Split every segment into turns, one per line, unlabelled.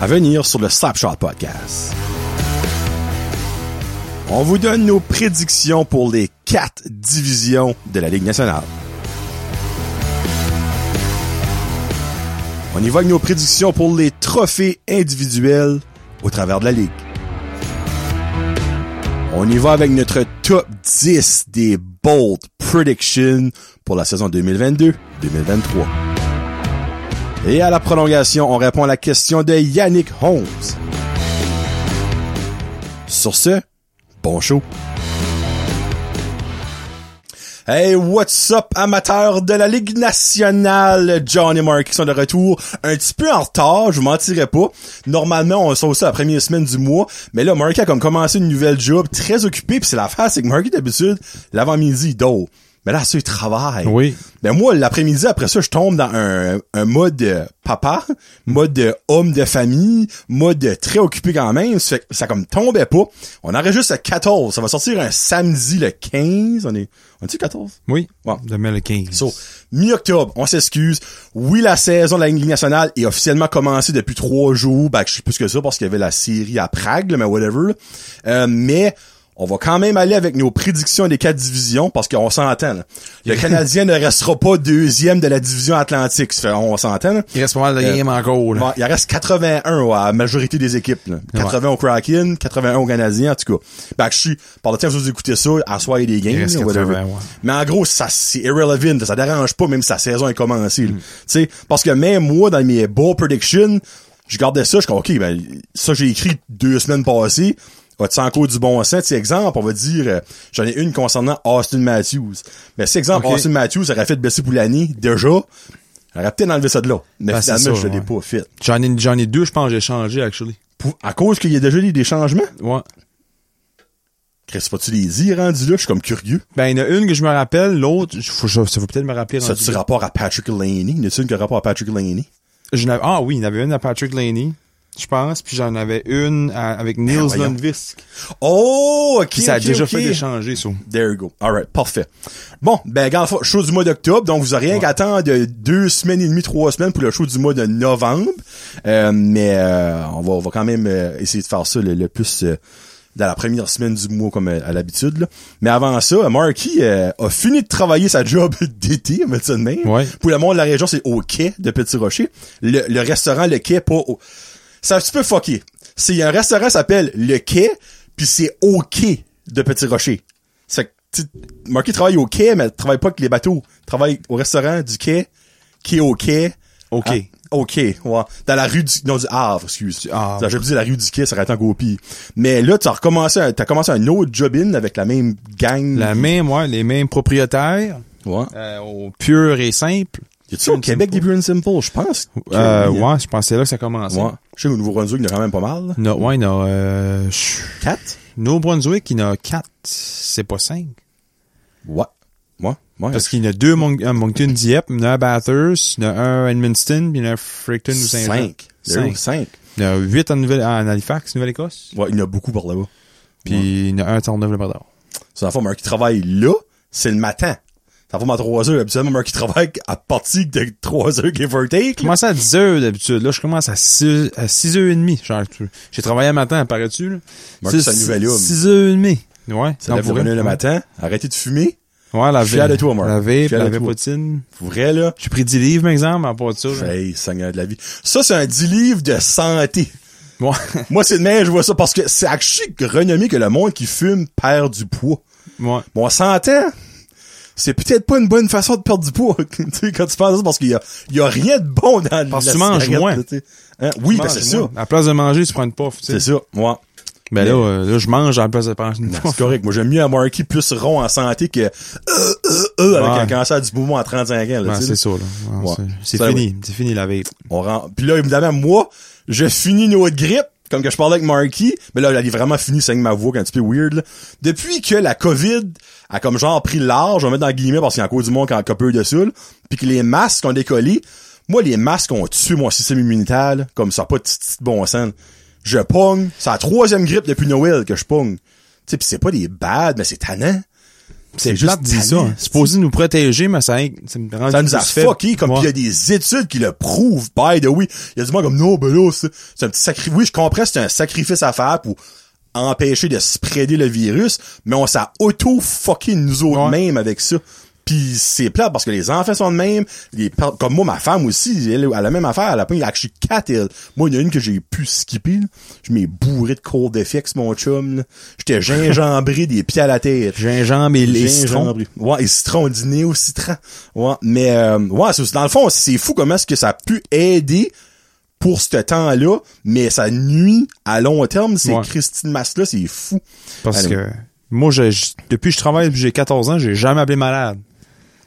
à venir sur le Slapshot Podcast. On vous donne nos prédictions pour les quatre divisions de la Ligue nationale. On évoque nos prédictions pour les trophées individuels au travers de la Ligue. On y va avec notre top 10 des bold predictions pour la saison 2022-2023. Et à la prolongation, on répond à la question de Yannick Holmes. Sur ce, bon show. Hey, what's up, amateurs de la Ligue nationale? John et Mark qui sont de retour. Un petit peu en retard, je vous mentirai pas. Normalement, on sort ça la première semaine du mois. Mais là, Mark a comme commencé une nouvelle job, très occupé. Puis c'est l'affaire, c'est que Mark, d'habitude, l'avant-midi, il dort. Mais là, ça, il travaille.
Oui.
Ben moi, l'après-midi, après ça, je tombe dans un, un mode euh, papa, mode euh, homme de famille, mode euh, très occupé quand même. Ça, fait que ça comme tombait pas. On enregistre le 14. Ça va sortir un samedi le 15. On est, on est-tu le 14?
Oui.
Ouais.
Demain le 15.
So, mi-octobre, on s'excuse. Oui, la saison de la Ligue nationale est officiellement commencée depuis trois jours. Ben, je sais plus que ça parce qu'il y avait la série à Prague, là, mais whatever. Euh, mais, on va quand même aller avec nos prédictions des quatre divisions parce qu'on s'entend. là. Le Canadien ne restera pas deuxième de la division atlantique. Ça fait- On s'entend. là.
Il reste pas mal de game encore, là.
Bon, il en reste 81 ouais, à la majorité des équipes. là. 80 au Kraken, 81 au Canadien, en tout cas. Ben, je suis, par le temps que vous écoutez ça, à soir, il y a des games,
reste
là, whatever.
80, ouais.
Mais en gros, ça, c'est irrelevant, ça dérange pas, même si sa saison est commencée,
Mm.
là. Tu sais, parce que même moi, dans mes beaux predictions, je gardais ça, je suis ok, ben, ça, j'ai écrit deux semaines passées, va-tu encore du bon sens? Tu sais, exemple, on va dire, euh, j'en ai une concernant Austin Matthews. Mais si, exemple,
Ok.
Austin Matthews aurait fait baisser Poulani, déjà, j'aurais peut-être enlevé ça de là. Mais
Ben, c'est
finalement,
ça,
je l'ai
ouais.
pas fait.
J'en ai, j'en ai deux, je pense, que j'ai changé, actually.
Pou- à cause qu'il y a déjà eu des changements?
Ouais.
Chris, vas-tu les dire rendus là? Je suis comme curieux.
Ben, il y en a une que je me rappelle, l'autre, je- faut- ça ça va peut-être me rappeler.
Ça
rendu
a-tu
là.
rapport à Patrick Laney? Y en a-tu une qui a rapport à Patrick Laney?
Je n'avais- ah oui, il y en avait une à Patrick Laney, je pense, puis j'en avais une à- avec
Ben,
Niels
voyons.
Lundqvist.
Oh, ok,
Puis ça a
ok,
déjà
ok.
fait des changements, ça.
There you go. Alright, parfait. Bon, ben, regarde, faut- show du mois d'octobre, donc vous aurez rien qu'à attendre de deux semaines et demie, trois semaines pour le show du mois de novembre. Euh, mais euh, on, va, on va quand même euh, essayer de faire ça le, le plus euh, dans la première semaine du mois, comme euh, à l'habitude. là. Mais avant ça, Marky euh, a fini de travailler sa job d'été, on va dire ça de même.
Ouais.
Pour le monde de la région, c'est au quai de Petit Rocher. Le, le restaurant Le Quai, pas au... C'est un petit peu fucké. C'est il y a un restaurant qui s'appelle Le Quai, puis c'est au quai de Petit Rocher. C'est que, tu sais, Marky travaille au quai, mais elle travaille pas avec les bateaux. Elle travaille au restaurant du quai, qui est au quai.
Au quai.
Ah, au quai, ouais. Dans la rue du, non, du Havre, excuse.
Havre.
J'avais dit la rue du quai, ça aurait été encore pire. Mais là, tu as recommencé, un- t'as commencé un autre job-in avec la même gang.
La même, ouais, les mêmes propriétaires,
Ouais.
euh, au pur et simple.
Y a-tu au Québec des Pure and Simple, je pense? que-
Euh, ouais, je pensais là que ça commençait.
Ouais. Je sais qu'au Nouveau-Brunswick, il y en a quand même pas mal. là.
Non, ouais, il y en a, euh, je-
Quatre?
Nouveau-Brunswick, il y en a quatre, c'est pas cinq.
Ouais. Ouais. Ouais.
Parce qu'il y en a deux Mon- à Moncton Dieppe, il y en a à Bathurst, il y en a un à Edmundston, puis il y en a à Fredericton ou Saint-Jean.
Cinq. There you go,
Cinq.
Cinq.
Il y en a huit en, Nouvelle- en Halifax, Nouvelle-Écosse.
Ouais, il y en a beaucoup par là-bas.
Puis il y en a un à Terre-Neuve, le bordel
C'est la fois, Mark qui travaille là, c'est le matin. Ça forme à 3 heures. Habituellement, Mark qui travaille à partir de 3 heures, give or take.
Je commence à 10 heures d'habitude. Là, je commence à 6, à 6 heures et demie. Genre, tu- j'ai travaillé le matin, apparaît-tu, là?
Marc, c'est un nouvel homme.
6 heures et demie. Ouais.
Ça lève
pour
le
vrai.
le matin. Arrêtez de fumer.
Ouais, la
Je suis fier de toi, Marc.
La
Je suis
vape,
fier
la
de toi.
vapotine.
Pour vrai, là.
J'ai pris 10 livres, par exemple, à part de ça. là.
Hey, Seigneur de la vie. Ça, c'est un 10 livres de santé.
Ouais.
Moi, c'est de même, je vois ça parce que c'est actually renommé que le monde qui fume perd du poids.
ouais.
Bon, on s'entend. C'est peut-être pas une bonne façon de perdre du poids, tu sais, quand tu penses à ça, parce qu'il y a, il y a rien de bon dans
Parce
la
que tu manges
cigarette,
moins.
là, tu sais. Hein? Oui, ben,
Mange,
c'est ça.
moi. À la place de manger, tu prends une puff, tu sais.
C'est ça, moi.
Ben là, euh, là, je mange à la place de prendre une
C'est
puff.
correct. Moi, j'aime mieux un Marky plus rond en santé que, euh, euh, euh, avec
Ouais.
un cancer du poumon à 35 ans, là,
Ouais,
tu sais,
c'est
là.
ça, là. Ouais,
Ouais.
C'est
Ça,
c'est fini. C'est fini, la vape.
On rend... Puis là, évidemment, moi, je finis notre grippe, comme que je parlais avec Marky, mais là, elle est vraiment finie, c'est ma voix, qui est un petit peu weird. là. Depuis que la COVID a comme genre pris large, on va mettre dans guillemets parce qu'il y a encore du monde qui a encore peu dessus, là, puis que les masques ont décollé, moi, les masques ont tué mon système immunitaire, là, comme ça, pas de petit petit bon sens. Je pogne, c'est la troisième grippe depuis Noël que je pogne. Tu sais, pis c'est pas des bad, mais c'est tannant.
C'est
C'est
plate
juste
dit ça.
tanné.
hein. Supposé nous protéger, mais ça, ça me rend
Ça nous a
fait.
fucké, comme
Ouais.
pis il y a des études qui le prouvent, by the way. Il y a du monde comme, non, ben là, c'est c'est un petit sacrifice. Oui, je comprends, c'est un sacrifice à faire pour empêcher de spreader le virus, mais on s'est auto-fucké nous autres
Ouais.
mêmes avec ça. Pis c'est plat parce que les enfants sont de même. Les par- comme moi, ma femme aussi, elle, elle a la même affaire. Elle a pas eu actually 4 elle. Moi, il y en a une que j'ai pu skipper. là. Je m'ai bourré de cours d'effects, mon chum. là. J'étais gingembré des pieds à la tête.
Gingembre et les citrons.
Gingembre. Ouais, et citron dîné au citron. Ouais, mais euh, ouais, c'est- dans le fond, c'est fou comment est-ce que ça a pu aider pour ce temps-là, mais ça nuit à long terme. C'est
Ouais.
Christine Masse-là, c'est fou.
Parce
Allez.
que moi, je, je- depuis que je travaille, depuis que j'ai 14 ans, j'ai jamais appelé malade.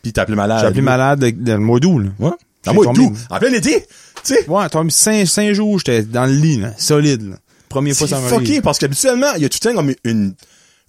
Puis t'as appelé malade.
J'ai appelé malade de- de- le mois d'août. là.
Ouais.
J'ai
Ah, moi,
tombé-
d'où? En plein été! Tu sais?
Ouais, t'as mis 5, jours, j'étais dans le lit, là, solide. Là. Première fois,
C'est
ça m'a
fucké parce qu'habituellement, il y a tout le temps comme une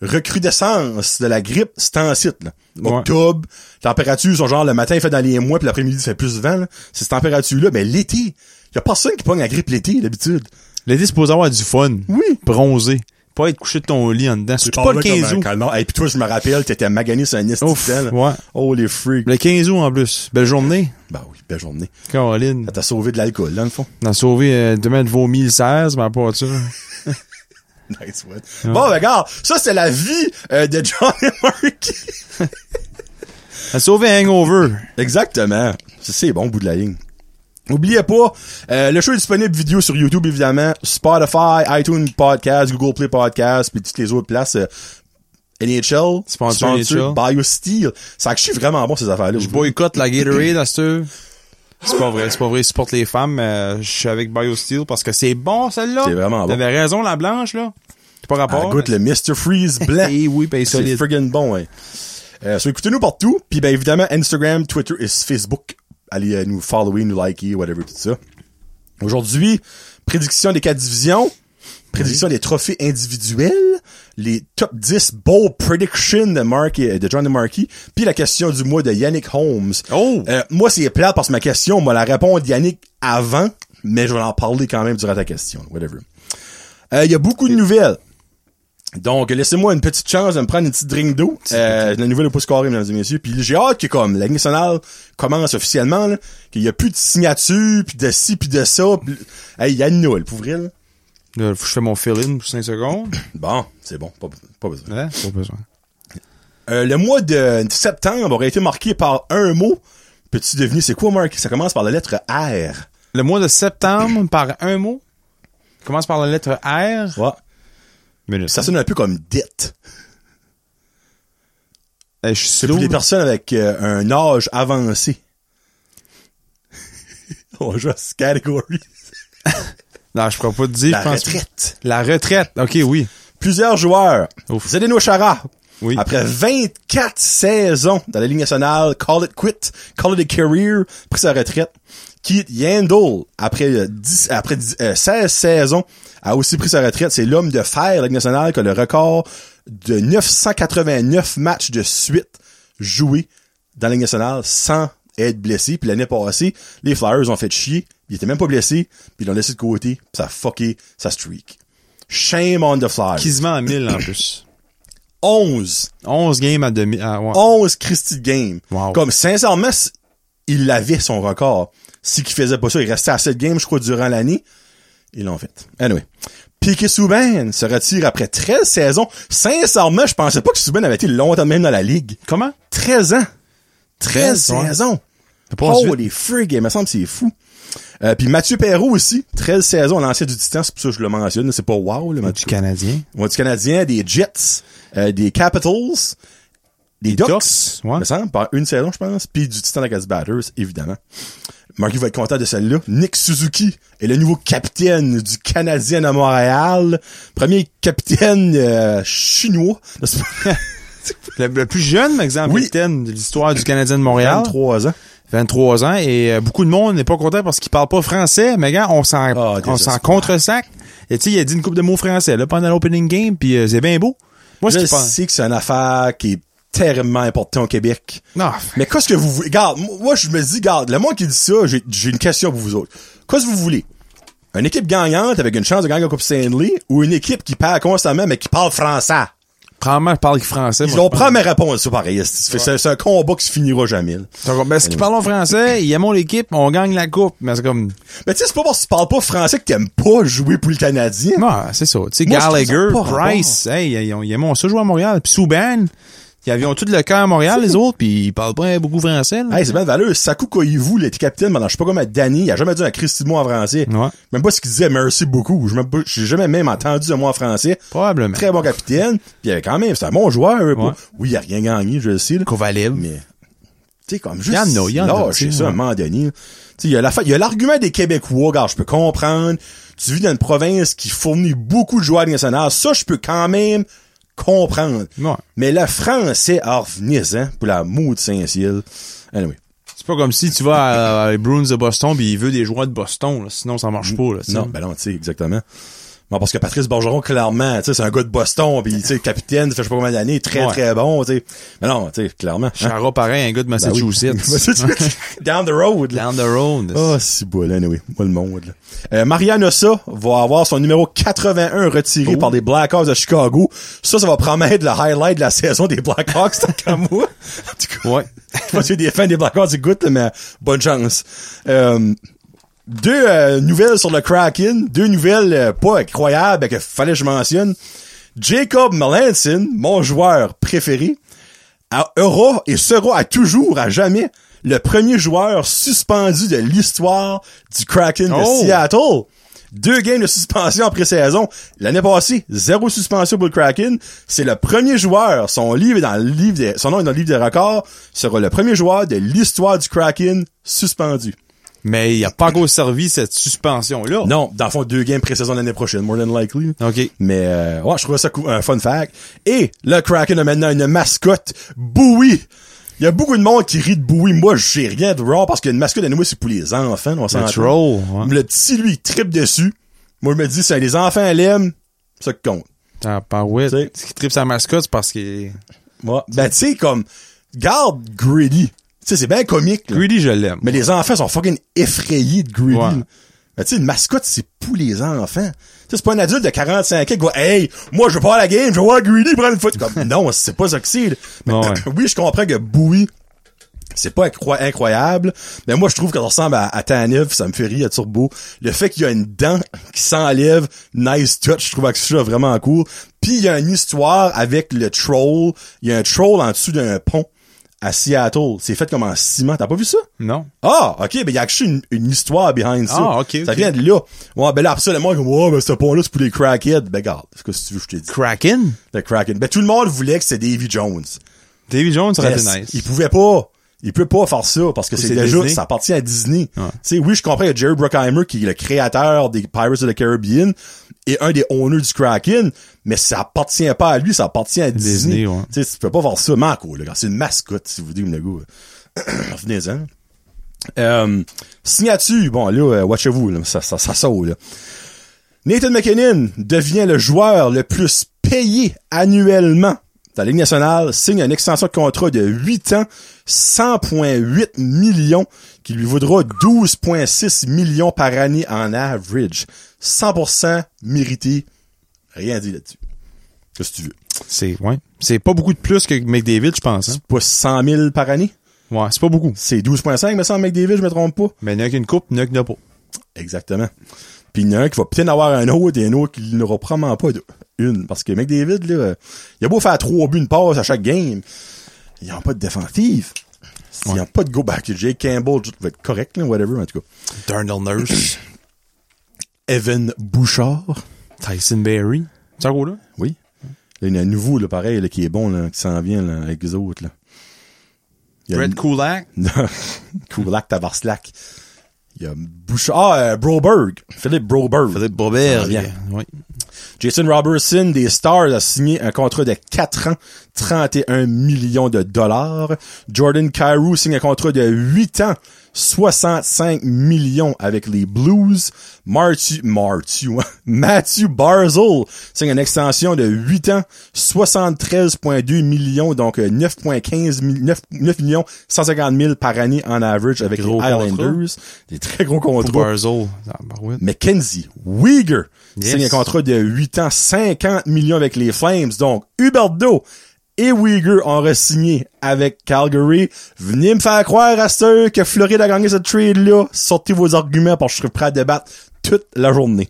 recrudescence de la grippe, c'est en site, là.
Ouais.
Octobre, températures sont genre le matin il fait dans les mois puis l'après-midi il fait plus de vent, là. C'est cette température-là, mais l'été, il y a personne qui pogne la grippe l'été d'habitude.
L'été, c'est supposé avoir du fun.
Oui.
Bronzé. Pas être couché de ton lit en dedans. Surtout
Tu
pas
parles
le
comme
15
un
août.
canard. Et puis toi, je me rappelle, t'étais magané sur un esti
Ouf,
de temps, là.
ouais.
Oh, les freaks.
Le 15 août, en plus. Belle journée.
Bah oui, belle journée.
Caroline.
Ça t'a sauvé de l'alcool, dans le fond.
On a sauvé euh, demain de vomi le 16, mais à part ça.
Nice one. Bon, ben, regarde, ça, c'est la vie euh, de John et Marky.
On a sauvé un hangover.
Exactement. Ça, C'est bon, au bout de la ligne. N'oubliez pas, euh, le show est disponible vidéo sur YouTube, évidemment, Spotify, iTunes Podcast, Google Play Podcast, puis toutes les autres places. euh, NHL,
Sponsor NHL.
BioSteel. Ça actually vraiment bon, ces affaires-là.
Je boycotte la Gatorade à cette heure. C'est pas vrai, c'est pas vrai, ils supportent les femmes. euh, je suis avec BioSteel parce que c'est bon, celle-là.
C'est vraiment bon.
T'avais raison, la blanche, là. C'est pas hein.
Ah,
rapport.
goûte le Mr. Freeze blanc.
Eh oui, ben, il est
C'est
solide.
friggin' bon, hein. Euh, so, écoutez-nous partout. Puis, ben, évidemment, Instagram, Twitter et Facebook. Allez euh, nous follower, nous liker, whatever, tout ça. Aujourd'hui, prédiction des quatre divisions, prédiction des trophées individuels, les top 10 bowl predictions de, Mark et, euh, de John Markey, puis la question du mois de Yannick Holmes.
Oh!
Euh, moi, c'est plate parce que ma question, moi, la réponse de Yannick avant, mais je vais en parler quand même durant ta question, whatever. Euh, Il y a beaucoup de nouvelles. Donc, laissez-moi une petite chance de me prendre une petite drink d'eau. Euh, la nouvelle est pas scorée, mesdames et messieurs. Puis j'ai hâte que comme la Ligue nationale commence officiellement, là, qu'il y a plus de signature, puis de ci, puis de ça. Puis, hey, il y a une Noël, pour vrai, là.
Là, faut que je fais mon fill-in pour 5 secondes.
Bon, c'est bon, pas, pas besoin.
Hein? Pas besoin.
Euh, le mois de septembre aurait été marqué par un mot. Peux-tu deviner c'est quoi, Marc? Ça commence par la lettre R.
Le mois de septembre, par un mot, commence par la lettre R.
Ouais.
Minute.
Ça sonne un peu comme dette.
Eh, je suis
C'est
slow,
pour les
là.
personnes avec euh, un âge avancé. On joue à cette catégorie.
Non, je pourrais pas te dire.
La
je pense-
retraite.
La retraite. OK, oui.
Plusieurs joueurs.
Ouf.
Zdeno Chara.
Oui.
Après 24 saisons dans la Ligue nationale, call it quit, call it a career, pris sa retraite. Keith Yandel, après, euh, 10, après dix- euh, 16 saisons, a aussi pris sa retraite. C'est l'homme de fer de la Ligue nationale qui a le record de 989 matchs de suite joués dans la Ligue nationale sans être blessé. Puis l'année passée, les Flyers ont fait chier. Il était même pas blessé. Puis ils l'ont laissé de côté. Puis ça a fucké sa streak. Shame on the Flyers.
Qui se vend à 1000 en plus.
11
11 games à demi. Ah, ouais.
11 Christie de game.
Wow.
Comme, sincèrement, c- il avait son record. Si qu'il faisait pas ça, il restait à 7 games, je crois, durant l'année. Ils l'ont fait. Anyway. Piqué Souban se retire après 13 saisons. Sincèrement, je pensais pas que Souban avait été longtemps même dans la ligue.
Comment?
13 ans. 13
ouais.
saisons.
T'as pas
Oh,
ensuite-
les frig, il me semble que c'est fou. Euh, puis Mathieu Perrault aussi, 13 saisons à l'ancien du titan, c'est pour ça que je le mentionne, c'est pas wow, le
Du
Mathieu.
Canadien.
Ouais, du Canadien, des Jets, euh, des Capitals, des Ducks,
Ducks, ouais.
me semble, par une saison, je pense, puis du Titan Gas Batters, évidemment. Marky va être content de celle-là. Nick Suzuki est le nouveau capitaine du Canadien à Montréal. Premier capitaine euh, chinois. n'est-ce pas?
Le, le plus jeune, par exemple,
Oui.
capitaine de l'histoire du Canadien de Montréal.
23 ans.
23 ans. Et euh, beaucoup de monde n'est pas content parce qu'il parle pas français. Mais gars, on s'en,
Ah,
on
désespoir.
s'en contre-sac. Et tu sais, il a dit une coupe de mots français, là, pendant l'opening game, puis euh, c'est bien beau. Moi, ce
Je
qu'il pense.
sais que c'est une affaire qui est terriblement importante au Québec.
Non.
Mais qu'est-ce que vous voulez? Garde, moi, je me dis, garde, le monde qui dit ça, j'ai j'ai une question pour vous autres. Qu'est-ce que vous voulez? Une équipe gagnante avec une chance de gagner la Coupe Stanley ou une équipe qui perd constamment mais qui parle français?
Probablement, parle français.
Ils
moi,
ont
je pense.
prend mes réponses, c'est pareil. C'est c'est- c'est un combat qui se finira jamais. là.
C'est comme, Ben, est-ce qu'ils parlent en français? Ils aiment l'équipe, on gagne la coupe. Mais c'est comme,
Mais tu sais, c'est pas parce que tu parles pas français que t'aimes pas jouer pour le Canadien.
non, c'est ça. Tu sais,
Moi, je trouve
Gallagher,
ça pas
Price, hey, ils, ont- ils aiment ça jouer à Montréal. Puis Souban, ils avaient tout le cœur à Montréal, les autres, puis ils parlent pas beaucoup français. là.
Hey, c'est bien valeur. Saku Koivu, il était capitaine, maintenant, je sais pas comme à Danny, il a jamais dit un Christy de mot en français.
Ouais.
Même pas ce qu'il disait merci beaucoup. Je j'ai jamais même entendu de mot en français.
Probablement.
Très bon capitaine. Puis il avait quand même, c'est un bon joueur. hein, pas-
Ouais.
Oui, il a rien gagné, je le sais, là.
Kovalib.
Mais, tu sais, comme
y
juste.
en a, y en a,
lâcher
tu sais,
ça à un
ouais.
moment donné. Tu sais, il y a la fa- il y a l'argument des Québécois, gars, je peux comprendre. Tu vis dans une province qui fournit beaucoup de joueurs nationaux. Ça, je peux quand même comprendre.
Ouais.
Mais le français, alors, venez, hein, pour la moue de Saint-Ciel. Anyway.
C'est pas comme si tu vas à, à Bruins de Boston puis il veut des joueurs de Boston, là, sinon ça marche pas. Là, tu sais.
Non, ben non, tu sais, exactement. Bon, parce que Patrice Bergeron, clairement, tu sais, c'est un gars de Boston, puis tu sais, capitaine, ça fait je sais pas combien d'années, très,
Ouais.
très bon, tu sais. Mais non, tu sais, clairement. hein.
Chara, pareil, un gars de
Ben oui.
Massachusetts. Oh.
Down the road, là.
Down the road.
Ah, c'est beau, là, anyway. Moi, le monde, là. Euh, Marianne Ossa va avoir son numéro 81 retiré par les Blackhawks de Chicago. Ça, ça va promettre le highlight de la saison des Blackhawks, tant qu'à moi. En tout cas,
Ouais.
je sais pas si y a des fans des Blackhawks écoutent, là, mais bonne chance. Euh, deux euh, nouvelles sur le Kraken. Deux nouvelles euh, pas incroyables, que fallait que je mentionne. Jacob Melanson, mon joueur préféré, a- aura et sera à toujours, à jamais, le premier joueur suspendu de l'histoire du Kraken de
Oh!
Seattle. Deux games de suspension en pré-saison. L'année passée, zéro suspension pour le Kraken. C'est le premier joueur, son livre est dans le livre des- son nom est dans le livre des records, sera le premier joueur de l'histoire du Kraken suspendu.
Mais il a pas encore servi cette suspension-là.
Non, dans le fond, deux games pré-saison l'année prochaine, more than likely.
OK.
Mais euh, ouais, je trouvais ça cou- un fun fact. Et le Kraken a maintenant une mascotte, Bowie. Il y a beaucoup de monde qui rit de Bowie. Moi, j'ai rien de wrong parce qu'une mascotte, anyway, c'est pour les enfants. On s'entend.
troll, hein. ouais.
Le petit, lui, il tripe dessus. Moi, je me dis, si les enfants l'aiment, ça compte.
Ah, par ouais.
Tu sais.
Ce qui tripe sa mascotte, c'est parce qu'il.
Ouais. Ben, tu sais, comme, garde Greedy. Tu sais, c'est bien comique, là.
Greedy, je l'aime.
Mais les enfants sont fucking effrayés de Greedy.
Ouais.
là. Mais tu sais, une mascotte, c'est pour les enfants. Tu sais, c'est pas un adulte de 45 ans qui va, hey, moi, je veux pas à la game, je vais voir Greedy prendre une photo. Comme, non, c'est pas ça que c'est, là. Mais,
Ouais.
oui, je comprends que Bowie, c'est pas incro- incroyable, mais moi, je trouve que ça ressemble à, à Tanev, ça me fait rire à Turbo. Le fait qu'il y a une dent qui s'enlève, nice touch, je trouve que ça vraiment cool. Puis, il y a une histoire avec le troll. Il y a un troll en dessous d'un pont à Seattle. C'est fait comme en ciment. T'as pas vu ça?
Non.
Ah, ok, ben il y a actually une, une histoire behind ça.
Ah, ok,
Ça
ok.
vient de là. Ouais, ben là, absolument, comme, ouais, ben ce pont-là, c'est pour les crackheads. Ben, garde, c'est que si tu veux, je te dis.
Kraken?
Le crackhead. Ben, tout le monde voulait que c'était Davy Jones.
David Jones aurait été
Mais
nice.
Il pouvait pas. Il peut pas faire ça parce que c'est
c'est
déjà,
Disney.
ça appartient à Disney.
Ouais.
Tu sais, oui, je comprends que Jerry Bruckheimer, qui est le créateur des Pirates of the Caribbean, est un des owners du Kraken, mais ça appartient pas à lui, ça appartient à Disney.
Disney, ouais.
Tu sais, tu peux pas faire ça, Marco, là. C'est une mascotte, si vous dites, le gars. Venez-en. Euh, signature, bon, là, euh, watchez-vous, là, ça, ça, ça saute, là. Nathan McKinnon devient le joueur le plus payé annuellement dans la Ligue nationale, signe une extension de contrat de 8 ans, 100,8 millions, qui lui vaudra 12,6 millions par année en average. 100% mérité. Rien dit là-dessus. Qu'est-ce que tu veux?
C'est, ouais. C'est pas beaucoup de plus que McDavid, je pense, hein.
Pas 100 000 par année?
Ouais, c'est pas beaucoup.
C'est 12,5, mais sans McDavid, je me trompe pas.
Mais il n'y a qu'une coupe, il n'y a qu'une pas.
Exactement. Puis il y en a un qui va peut-être en avoir un autre et un autre qui n'aura probablement pas de- une. Parce que McDavid, là, euh, il a beau faire trois buts, une passe à chaque game. Ils n'ont pas de défensive. Ils n'ont pas de go back. Jake Campbell tout va être correct, là, whatever, en tout cas.
Darnell Nurse.
Evan Bouchard.
Tyson Berry. C'est un gros là?
Oui. Là, il y en a un nouveau, là, pareil, là, qui est bon, là, qui s'en vient là, avec les autres. Là. Il y a
Red Kulak.
Non. Kulak, Tavarslak. Il y a Bouchard. Ah, euh, Broberg. Philippe Broberg.
Philippe Robert.
bien.
Ah, Oui.
Jason Robertson des Stars a signé un contrat de 4 ans, 31 millions de dollars. Jordan Carew signe un contrat de 8 ans, 65 millions avec les Blues. Marty, Marty, ouais. Matthew Barzell signe une extension de 8 ans, 73,2 millions, donc euh, 9,15 mi- 9, 9 millions 150 000 par année en average avec
Gros
les
contrat.
Islanders. Des très gros
Pour
contrats.
Barzell. Ah, bah ouais.
Mackenzie Weeger
Yes.
signe un contrat de 8 ans, 50 millions avec les Flames. Donc, Huberdeau et Weeger ont re-signé avec Calgary. Venez me faire croire à ceux que Floride a gagné cette trade-là. Sortez vos arguments parce que je serai prêt à débattre toute la journée.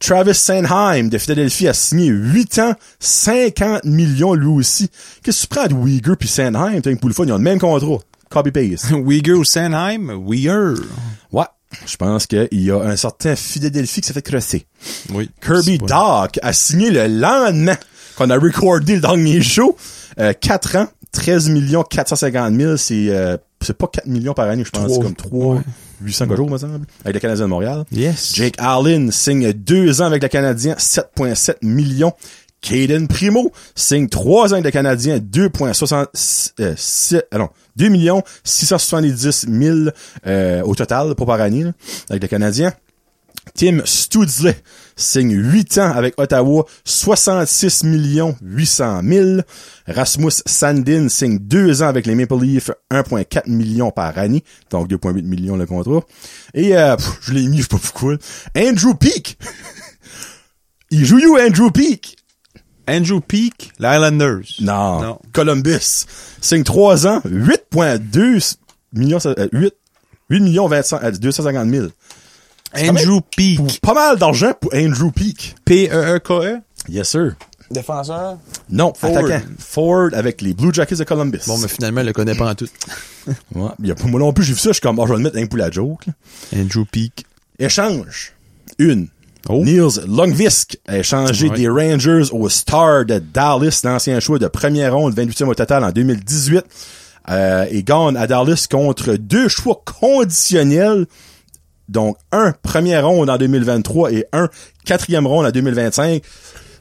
Travis Sanheim de Philadelphie a signé 8 ans, 50 millions lui aussi. Qu'est-ce que tu prends de Weeger puis Sanheim? T'as une poule fun, ils ont le même contrat. Copy-paste.
Uyghur ou Sanheim? Uyghur.
Ouais. Je pense qu'il y a un certain Philadelphie qui s'est fait crosser.
Oui.
Kirby
C'est pas-
Doc a signé le lendemain qu'on a recordé le dernier show. 4 ans, 13 millions 450 000. C'est, euh, c'est pas 4 millions par année, je pense.
Trois.
C'est comme 3,
Ouais.
800 jours, me semble, avec le Canadien de Montréal.
Yes.
Jake Allen signe 2 ans avec le Canadien, 7,7 millions. Caden Primo signe 3 ans avec le Canadien, 2,66, euh, six- ah non, 2 millions 670 000 euh, au total, pas par année, là, avec le Canadien. Tim Studsley signe 8 ans avec Ottawa, 66 millions 800 000. Rasmus Sandin signe 2 ans avec les Maple Leafs, 1,4 million par année, donc 2,8 millions le contrat. Et euh, pff, je l'ai mis, je sais pas pourquoi. Andrew Peak! Il joue où, Andrew Peak?
Andrew Peak, l'Islanders.
Non.
Non.
Columbus. Signe 3 ans, 8,2 millions, euh, 8, 8 millions 25, euh, 250 000.
Andrew Peak. E
Pas mal d'argent pour Andrew Peak.
P-E-E-K-E.
Yes, sir.
Défenseur.
Non,
Ford.
attaquant. Ford avec les Blue Jackets de Columbus.
Bon, mais finalement, elle le connaît pas en tout.
Ouais. Il y a- moi non plus, j'ai vu ça, je suis comme, oh, je vais le mettre un pour la joke. là.
Andrew Peak.
Échange. Une.
Oh.
Niels Longvisk a échangé
Ouais.
des Rangers aux Stars de Dallas, l'ancien choix de première ronde, 28e au total en 2018, euh, et gagne à Dallas contre deux choix conditionnels, donc un première ronde en 2023 et un quatrième ronde en 2025.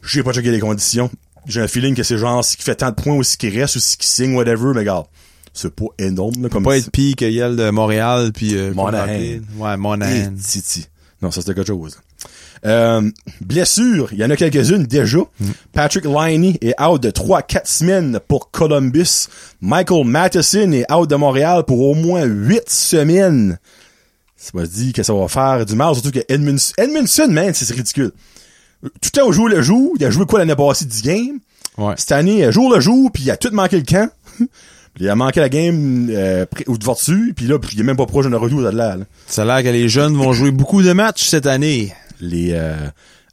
J'ai pas checké les conditions. J'ai un feeling que c'est genre ce qui fait tant de points ou ce qui reste ou ce qui signe, whatever, mais regarde, c'est pas énorme là, comme
Pas être Peak, Yale de Montréal, puis... Euh, comment
Monahan.
l'appeler? Ouais,
Et
Monahan.
Titi. Non, ça c'était quelque chose. Euh, blessures, il y en a quelques-unes déjà. Patrick Liney est out de 3-4 semaines pour Columbus. Michael Matheson est out de Montréal pour au moins 8 semaines. Ça va se dire que ça va faire du mal, surtout que Edmunds- Edmundson, man, c'est c'est ridicule. Tout le temps, on joue le jour. Il a joué quoi l'année passée 10 games?
Ouais.
Cette année, euh, jour le jour, puis il a tout manqué le camp. il a manqué la game euh, pré- ou devant dessus, puis là, puis il est même pas proche d'un retour de là. là.
Ça a l'air que les jeunes vont jouer beaucoup de matchs cette année.
les euh,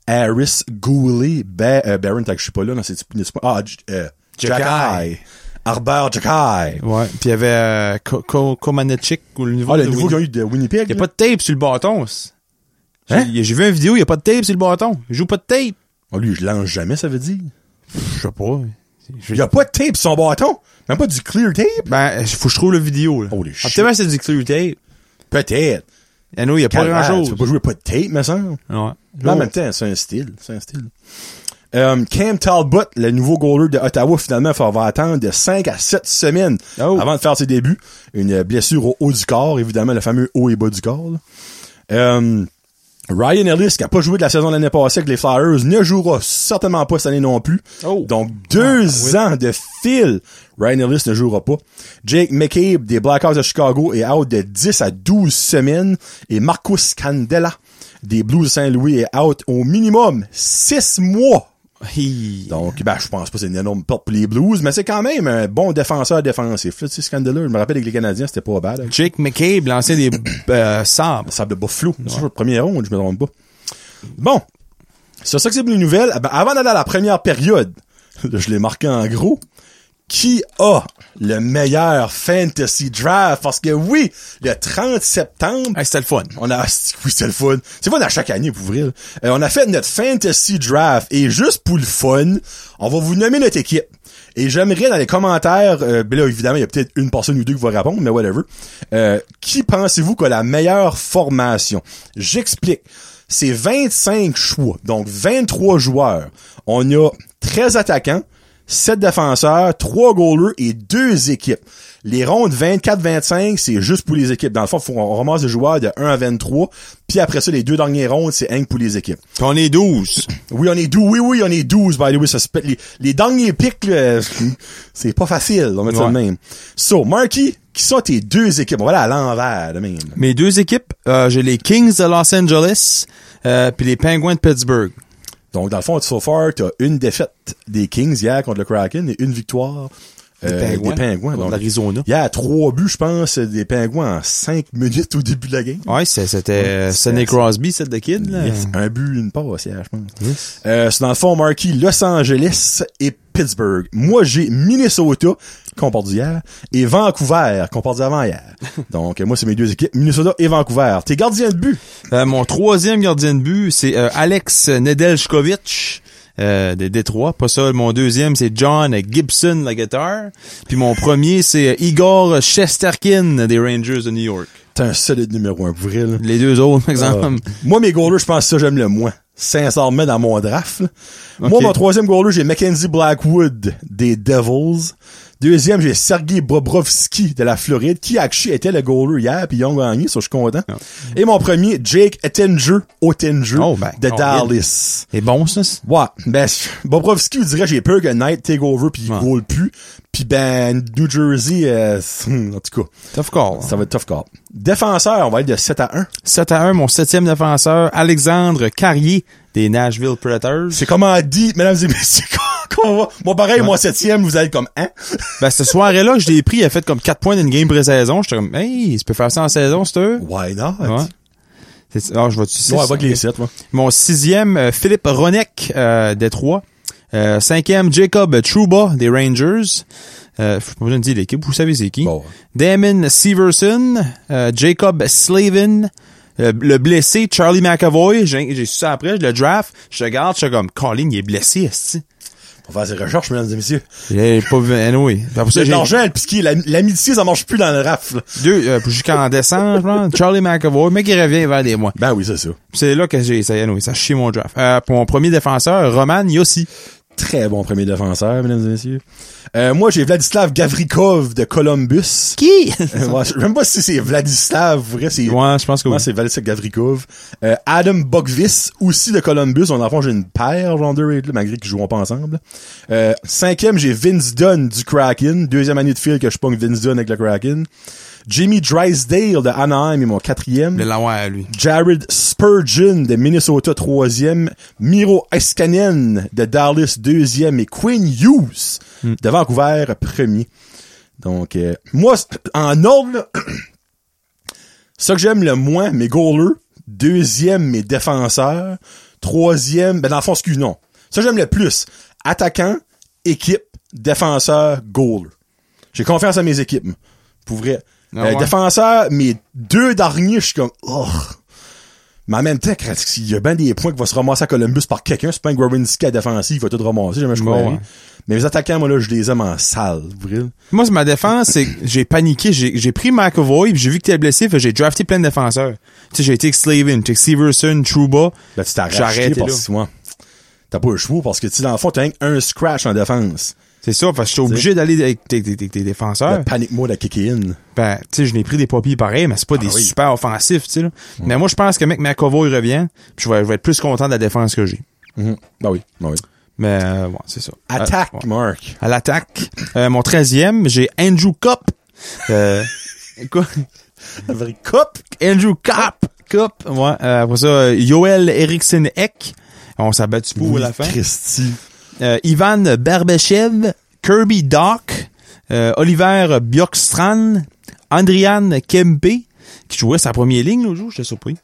Harris, Goulet, ba euh, Barron, tant que je suis pas là, non, c'est c'est pas, ah, J- euh,
Jack
Jack Eye. Harbert Jack Eye.
Ouais. Puis il y avait euh, Ko- Ko- Komanechik ou Ah, le nouveau.
Ah, le
de
nouveau
Win-
qu'ils ont eu de Winnipeg.
Il y a
là.
pas de tape sur le bâton. c'est-
Hein?
J'ai j'ai vu une vidéo, il y a pas de tape sur le bâton. Il joue pas de tape.
Ah, lui, je lance jamais, ça veut dire.
Je sais pas.
Il y a pas de tape sur son bâton. Même pas du clear tape.
Ben, faut que je trouve la vidéo, là.
Holy
ah,
shit.
peut-être que c'est du clear tape.
Peut-être.
Ah non, il y a pas
Calvaire,
grand-chose.
Tu peux pas jouer pas de tape, me semble.
Ouais. Oh,
Mais en même temps, c'est un style. C'est un style. Euh, Cam Talbot, le nouveau goaler de Ottawa, finalement, il va attendre de 5 à 7 semaines
Oh.
avant de faire ses débuts. Une blessure au haut du corps, évidemment, le fameux haut et bas du corps. là. Euh, Ryan Ellis, qui n'a pas joué de la saison de l'année passée avec les Flyers, ne jouera certainement pas cette année non plus.
Oh.
Donc, deux ans de fil, Ryan Ellis ne jouera pas. Jake McCabe des Blackhawks de Chicago est out de 10 à 12 semaines. Et Marcus Candela des Blues de Saint-Louis est out au minimum 6 mois.
Hi.
Donc, ben, je pense pas que c'est une énorme porte pour les Blues, mais c'est quand même un bon défenseur défensif. Là, tu sais, Scandella, je me rappelle avec les Canadiens, c'était pas bad. hein.
Jake McCabe, l'ancien des euh, Sabres.
Sable de Buffalo. C'est sûr, première ronde, je me trompe pas. Bon. C'est ça que c'est pour les nouvelles. Ah ben, avant d'aller à la première période, je l'ai marqué en gros. Qui a le meilleur fantasy draft? Parce que oui, le 30 septembre,
Hey, c'était le fun.
on a, oui, c'est le fun. C'est fun à chaque année, pour vrai. là. Euh, on a fait notre fantasy draft et juste pour le fun, on va vous nommer notre équipe. Et j'aimerais dans les commentaires, euh, ben là, évidemment, il y a peut-être une personne ou deux qui va répondre, mais whatever. Euh, qui pensez-vous que la meilleure formation? J'explique. C'est 25 choix, donc 23 joueurs. On a 13 attaquants, 7 défenseurs, 3 goalers et 2 équipes. Les rondes 24-25, c'est juste pour les équipes. Dans le fond, faut- on ramasse les joueurs de 1 à 23. Puis après ça, les deux dernières rondes, c'est Hank pour les équipes.
Puis on est 12.
Oui, on est 12. Oui, oui, on est 12, by the way. Ça se pète. Les, les derniers pics, là, c'est pas facile. On va dire ça de
Ouais.
même. So, Marky, qui sont tes deux équipes? On va aller à l'envers, de même.
Mes deux équipes, euh, j'ai les Kings de Los Angeles euh, puis les Penguins de Pittsburgh.
Donc, dans le fond, so far, t'as une défaite des Kings hier contre le Kraken et une victoire euh,
Pingouins
des Pingouins.
contre
Donc,
l'Arizona.
Il y a trois buts, je pense, des Pingouins en cinq minutes au début de la game.
Ouais, c'est- c'était Sonny Crosby, celle de Kid. Là.
Yes, Un but, une passe, hier, je pense. Euh, c'est dans le fond, Marquis, Los Angeles et Pittsburgh. Moi, j'ai Minnesota, qu'on porte d'hier, et Vancouver, qu'on porte d'avant hier. Donc, euh, moi, c'est mes deux équipes, Minnesota et Vancouver. T'es gardien de but.
Euh, mon troisième gardien de but, c'est euh, Alex Nedeljkovic euh, de Détroit. Pas ça. Mon deuxième, c'est John Gibson, la guitare. Puis mon premier, c'est euh, Igor Shesterkin des Rangers de New York.
T'es un solide numéro un, pour vrai, là.
Les deux autres, par
Ah.
exemple.
Moi, mes goalers, je pense que ça, j'aime le moins. Sincèrement, dans mon draft. là. Moi,
Ok.
mon troisième goaler, j'ai Mackenzie Blackwood des Devils. Deuxième, j'ai Sergei Bobrovski de la Floride, qui, actually, était le goaler hier, puis ils ont gagné, ça, je suis content.
Ah.
Et mon premier, Jake Ettinger, Ottinger,
Oh, ben,
de
oh,
Dallas.
C'est bon, ça? c'est-
Ouais, ben, je- Bobrovski, vous dirait, j'ai peur que Knight take over pis il
Ouais.
goal plus. Pis ben, New Jersey, euh, en tout cas,
Tough call.
ça va être tough call. Défenseur, on va être de 7 à 1.
7 à 1, mon septième défenseur, Alexandre Carrier des Nashville Predators.
C'est comme on dit, mesdames et messieurs, qu'on- qu'on va. Moi, pareil, moi, septième, vous allez comme, hein?
Ben, cette soirée-là, que je l'ai pris, il a fait comme 4 points d'une game pré-saison. J'étais comme, hey, tu peux faire ça en saison, c'est eux?
Why not?
Ouais. C'est- Ah, je vais tu
Non, avec les sept, moi.
Mon sixième, euh, Philippe Ronek, euh, Détroit. Euh, cinquième, Jacob Trouba, des Rangers. Euh, faut pas besoin de dire l'équipe, vous savez c'est qui.
Bon, ouais.
Damon Severson, euh, Jacob Slavin, euh, le blessé Charlie McAvoy. J'ai j'ai su ça après, je le draft. Je regarde, je suis comme, Colin, il est blessé, esti.
On va faire des recherches, mesdames et messieurs.
J'ai pas vu, anyway. Fait pour ça,
C'est de
j'ai-
l'argent, le piqué. l'am- L'amitié, ça marche plus dans le raf, là.
Deux, euh, jusqu'en décembre, je pense. Charlie McAvoy, le mec, il revient vers des mois.
Ben oui, c'est ça.
C'est là que j'ai, ça, anyway, ça chie mon draft. Euh, pour mon premier défenseur, Roman Yossi.
Très bon premier défenseur, mesdames et messieurs. Euh, moi, j'ai Vladislav Gavrikov de Columbus.
Qui?
Euh, ouais, je sais même pas si c'est Vladislav, vrai, c'est...
ouais, je pense que oui.
Moi, c'est Vladislav Gavrikov. Euh, Adam Bogvis, aussi de Columbus. On en fond, j'ai une paire, genre deux, là, malgré qu'ils joueront pas ensemble. Euh, cinquième, j'ai Vince Dunn du Kraken. Deuxième année de fil que je pogne Vince Dunn avec le Kraken. Jimmy Drysdale de Anaheim est mon quatrième.
Le Lawai, lui.
Jared Spurgeon de Minnesota troisième, Miro Iskanen de Dallas deuxième et Quinn Hughes
Hmm.
de Vancouver premier. Donc euh, moi c- en ordre, là, ça que j'aime le moins, mes goalers, deuxième mes défenseurs, troisième ben dans le fond excuse non, ça que j'aime le plus attaquant, équipe, défenseur, goaler. J'ai confiance à mes équipes, moi. pour vrai.
Ah
Euh,
ouais.
Défenseur, mes deux derniers, je suis comme, oh. Mais en même temps, quand il y a bien des points qui vont se ramasser à Columbus par quelqu'un, c'est pas un Gravinsky à défensive, il va tout ramasser, jamais je
Ouais,
crois.
ouais.
Mais les attaquants, moi, là, je les aime en salle, Vril.
Moi, c'est ma défense, c'est que j'ai paniqué. J'ai j'ai pris McAvoy, puis j'ai vu que t'es blessé, fait que j'ai drafté plein de défenseurs. Tu sais, j'ai été avec Slavin, j'ai Severson, Trouba.
Là, tu t'arrêtes
J'ai arrêté,
parce que, ouais, t'as pas le choix, parce que, tu sais, dans le fond, t'as rien qu'un scratch en défense.
C'est ça, parce que j'étais obligé d'aller avec tes, tes- tes- tes défenseurs.
Le panic mode à kicker in.
Ben, tu sais, je n'ai pris des papiers pareils, mais c'est pas des
oui.
super offensifs, tu sais. là. Mais moi, je pense que mec McAvoy revient, puis je vais, je vais être plus content de la défense que j'ai.
Mhm. Ben oui, ben oui.
Mais, euh, ouais, c'est ça.
Attaque,
Euh, ouais.
Mark.
À l'attaque. Euh, mon 13e, j'ai Andrew Cup. Euh, quoi?
Avec Cup.
Andrew Cup. Cup, ouais. Euh, après ça, euh, Yoel Eriksson Ek. On s'abattu pour
Oui,
la fin.
Christy.
Euh, Ivan Barbechev, Kirby Doc, euh, Oliver Bjorkstrand, Andrian Kempe, qui jouait sa première ligne l'autre jour, j'étais surpris.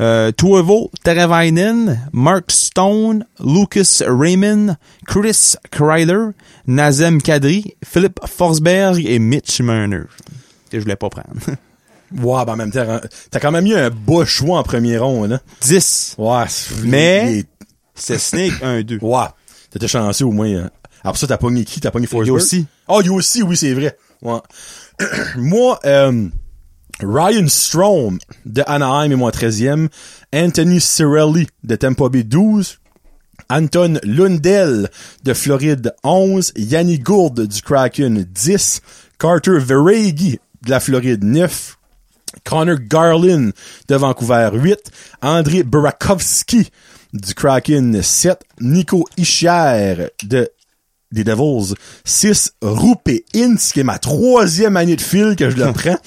Euh, Tuovo Teravainen, Mark Stone, Lucas Raymond, Chris Kryler, Nazem Kadri, Philippe Forsberg et Mitch Marner. Que je voulais pas prendre.
Ouais, ben en même temps, hein, t'as quand même eu un beau choix en premier hein. rond, là.
10.
Ouais. c'est-
Mais-
il est-
C'est Snake 1-2.
Ouais. T'étais chanceux au moins. hein. Après ça, t'as pogné qui? T'as pogné Forsberg?
Yossi.
Ah, oh, aussi, oui, c'est vrai. Ouais. moi, euh, Ryan Strom de Anaheim est mon 13e. Anthony Cirelli de Tampa Bay 12. Anton Lundell de Floride 11, Yanni Gourde du Kraken 10, Carter Veregi de la Floride 9, Connor Garlin de Vancouver 8, André Burakovsky du Kraken 7, Nico Ischier de des Devils 6, Rupe Ince, qui est ma troisième année de fil que je le prends,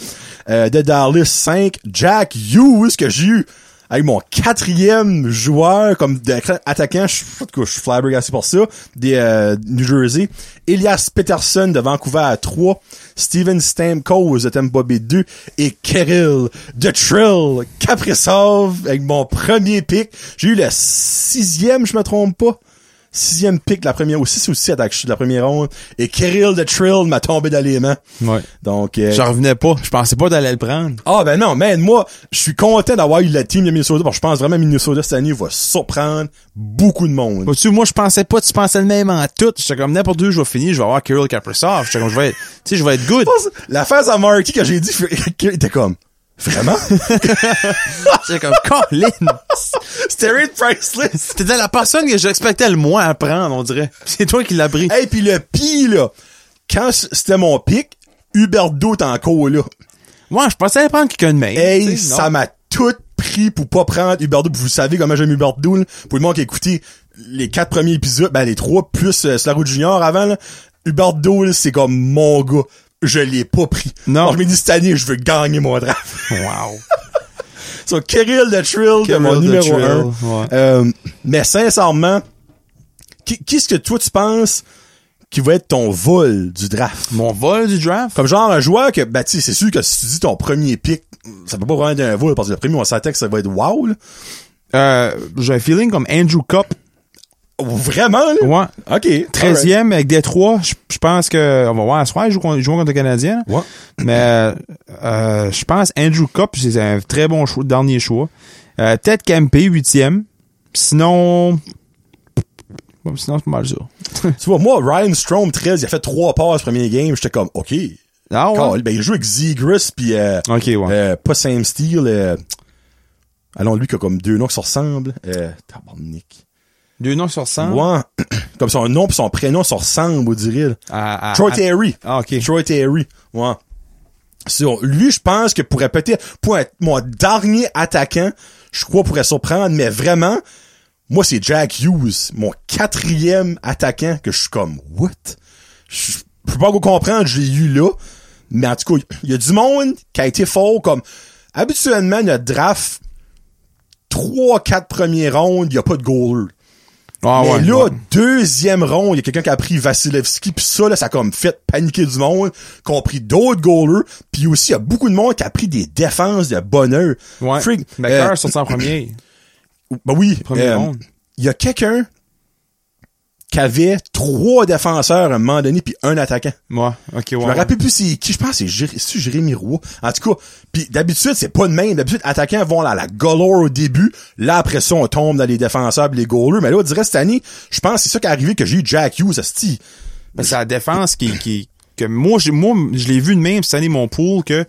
euh, de Dallas 5, Jack Hughes, que j'ai eu avec mon quatrième joueur comme de- attaquant, je, en tout cas, je suis flabbergassé pour ça, des euh, New Jersey, Elias Peterson de Vancouver à 3, Steven Stamkos de Tampa Bay 2 et Kirill de Trill Kaprizov avec mon premier pick. J'ai eu le sixième, je me trompe pas sixième pick de la première, ou six ou sept, actually, de la première ronde. Et Kirill de Trill m'a tombé dans les mains.
Ouais.
Donc, euh,
J'en revenais pas. Je pensais pas d'aller le prendre.
ah ben non, man, moi, je suis content d'avoir eu la team de Minnesota, parce que je pense vraiment que Minnesota cette année va surprendre beaucoup de monde.
Vois-tu, moi, je pensais pas, tu pensais le même en tout. J'étais comme, n'importe où je vais finir, je vais avoir Kirill Kaprasov. J'étais comme, je vais être, tu sais, je vais être good.
Je pense, La face à Marky quand j'ai dit, il était comme, vraiment?
J'étais comme, Colin!
C'était Ray Priceless!
C'était la personne que j'expectais le moins à prendre, on dirait. C'est toi qui l'as pris.
Hey, puis le pire, là, quand c'était mon pick, Huberdo est encore là.
Moi, je pensais aller prendre quelqu'un de meilleur.
Hey,
tu sais, non.
ça m'a tout pris pour pas prendre Huberdo. Vous savez comment j'aime Huberdo, là. Pour le monde qui a écouté les quatre premiers épisodes, ben les trois plus euh, sur la route junior avant, là. Huberdo, là, c'est comme mon gars. Je l'ai pas pris.
Non.
Alors, je me dis, cette année, je veux gagner mon draft.
Wow.
so, Kirill de Trill, de
Kirill
mon
de
numéro
Trill,
un.
ouais.
Euh, mais sincèrement, qui, qui est-ce que toi, tu penses qui va être ton vol du draft?
Mon vol du draft?
Comme genre un joueur que, bah tu sais, c'est sûr que si tu dis ton premier pick, ça peut pas vraiment être un vol, parce que le premier, on s'attend que ça va être wow, là.
Euh, j'ai un feeling comme Andrew Cup.
Vraiment, là?
Ouais.
OK.
13e avec Détroit. Je je pense que, on va voir à soir, ils jouent contre, ils jouent contre le Canadien.
Ouais.
Mais, euh, je pense Andrew Cup, c'est un très bon choix, dernier choix. Euh, peut-être Campé, 8e. Sinon, bon, sinon, c'est pas mal ça.
Tu vois, moi, Ryan Strom, 13, il a fait trois passes premier game. J'étais comme, OK.
Ah ouais?
Carl, ben, il joue avec Zegris, puis euh,
Ok, ouais.
euh, pas Sam Steele. euh, allons, lui qui a comme deux noms qui se ressemblent. Euh, tabarnak.
Deux noms sur 100.
Ouais. comme son nom puis son prénom se ressemblent, on dirait. là.
À- à-
Troy
à-
Terry.
Ah, ok.
Troy Terry. Ouais. Sur lui, je pense que pourrait peut-être, pour être mon dernier attaquant, je crois pourrait surprendre, mais vraiment, moi, c'est Jack Hughes, mon quatrième attaquant, que je suis comme, what? Je je peux pas encore comprendre, je l'ai eu là, mais en tout cas, il y a du monde qui a été fort, comme, habituellement, le draft, 3-4 premiers rondes, il y a pas de goaler.
Ah,
Mais
ouais,
là,
ouais.
deuxième ronde, il y a quelqu'un qui a pris Vasilevski, puis ça, là, ça a comme fait paniquer du monde, qui ont pris d'autres goalers, puis aussi, il y a beaucoup de monde qui a pris des défenses de bonheur.
Ouais.
Frig-
McCarr
euh,
sur 100 premiers.
ben oui,
Premier
euh,
ronde.
il y a quelqu'un qui avait trois défenseurs à un moment donné, puis un attaquant.
Ouais. Ok, ouais.
Je me rappelle plus c'est qui. Je pense que c'est Jér- c'est-tu Jérémy Roy. En tout cas, puis d'habitude, c'est pas de même. D'habitude, attaquants vont à la galore au début. Là, après ça, on tombe dans les défenseurs pis les goalers. Mais là, on dirait cette année, je pense que c'est ça qui est arrivé que j'ai eu Jack Hughes, asti.
Ben, c'est la défense qui, qui que moi j'ai moi je l'ai vu de même cette année mon pool que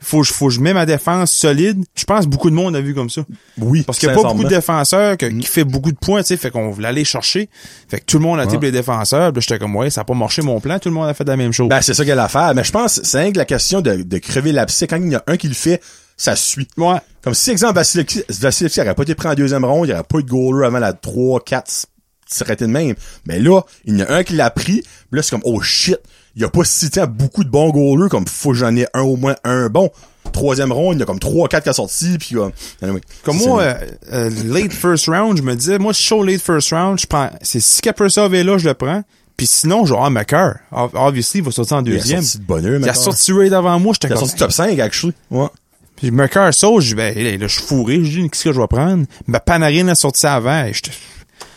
faut que je- faut que je mets ma défense solide. Je pense que beaucoup de monde a vu comme ça.
Oui,
Parce qu'il n'y a pas
sincèrement.
beaucoup de défenseurs que-
Mm.
qui fait beaucoup de points, tu sais, fait qu'on voulait aller chercher. Fait que tout le monde a type les défenseurs, puis là, j'étais comme ouais, ça a pas marché mon plan, tout le monde a fait la même chose.
Ben, c'est ça qu'elle a affaire. Mais je pense, c'est rien que la question de, de crever l'abcès. Quand il y en a un qui le fait, ça suit.
ouais.
Comme si, exemple, Vasilevski, Vasilevski aurait pas été pris en deuxième ronde, il n'y aurait pas eu de goaler avant la 3, 4, ça aurait été de même. Mais là, il y en a un qui l'a pris, puis là, c'est comme, oh shit, il n'y a pas si tant beaucoup de bons goalers, comme, faut que j'en ai un au moins un bon. Troisième ronde, il y a comme 3, 4 qui sont sortis, puis comme, anyway,
Comme
c'est-
moi, euh, euh, late first round, je me disais, moi, si je suis au late first round, je prends, c'est si Kaprizov est là, je le prends. Puis sinon, je vais avoir Macker. Ob- Obviously, il va sortir en
il a
deuxième.
sorti de bonheur,
Il a
maintenant.
sorti Ray avant moi, j'étais
Il a
comme,
sorti top 5, actually. Ouais.
Puis Mercure Sauce, je ben, là, là, je suis fourré, je dis, qu'est-ce que je vais prendre? Ben, Panarin a sorti ça avant. et j'étais-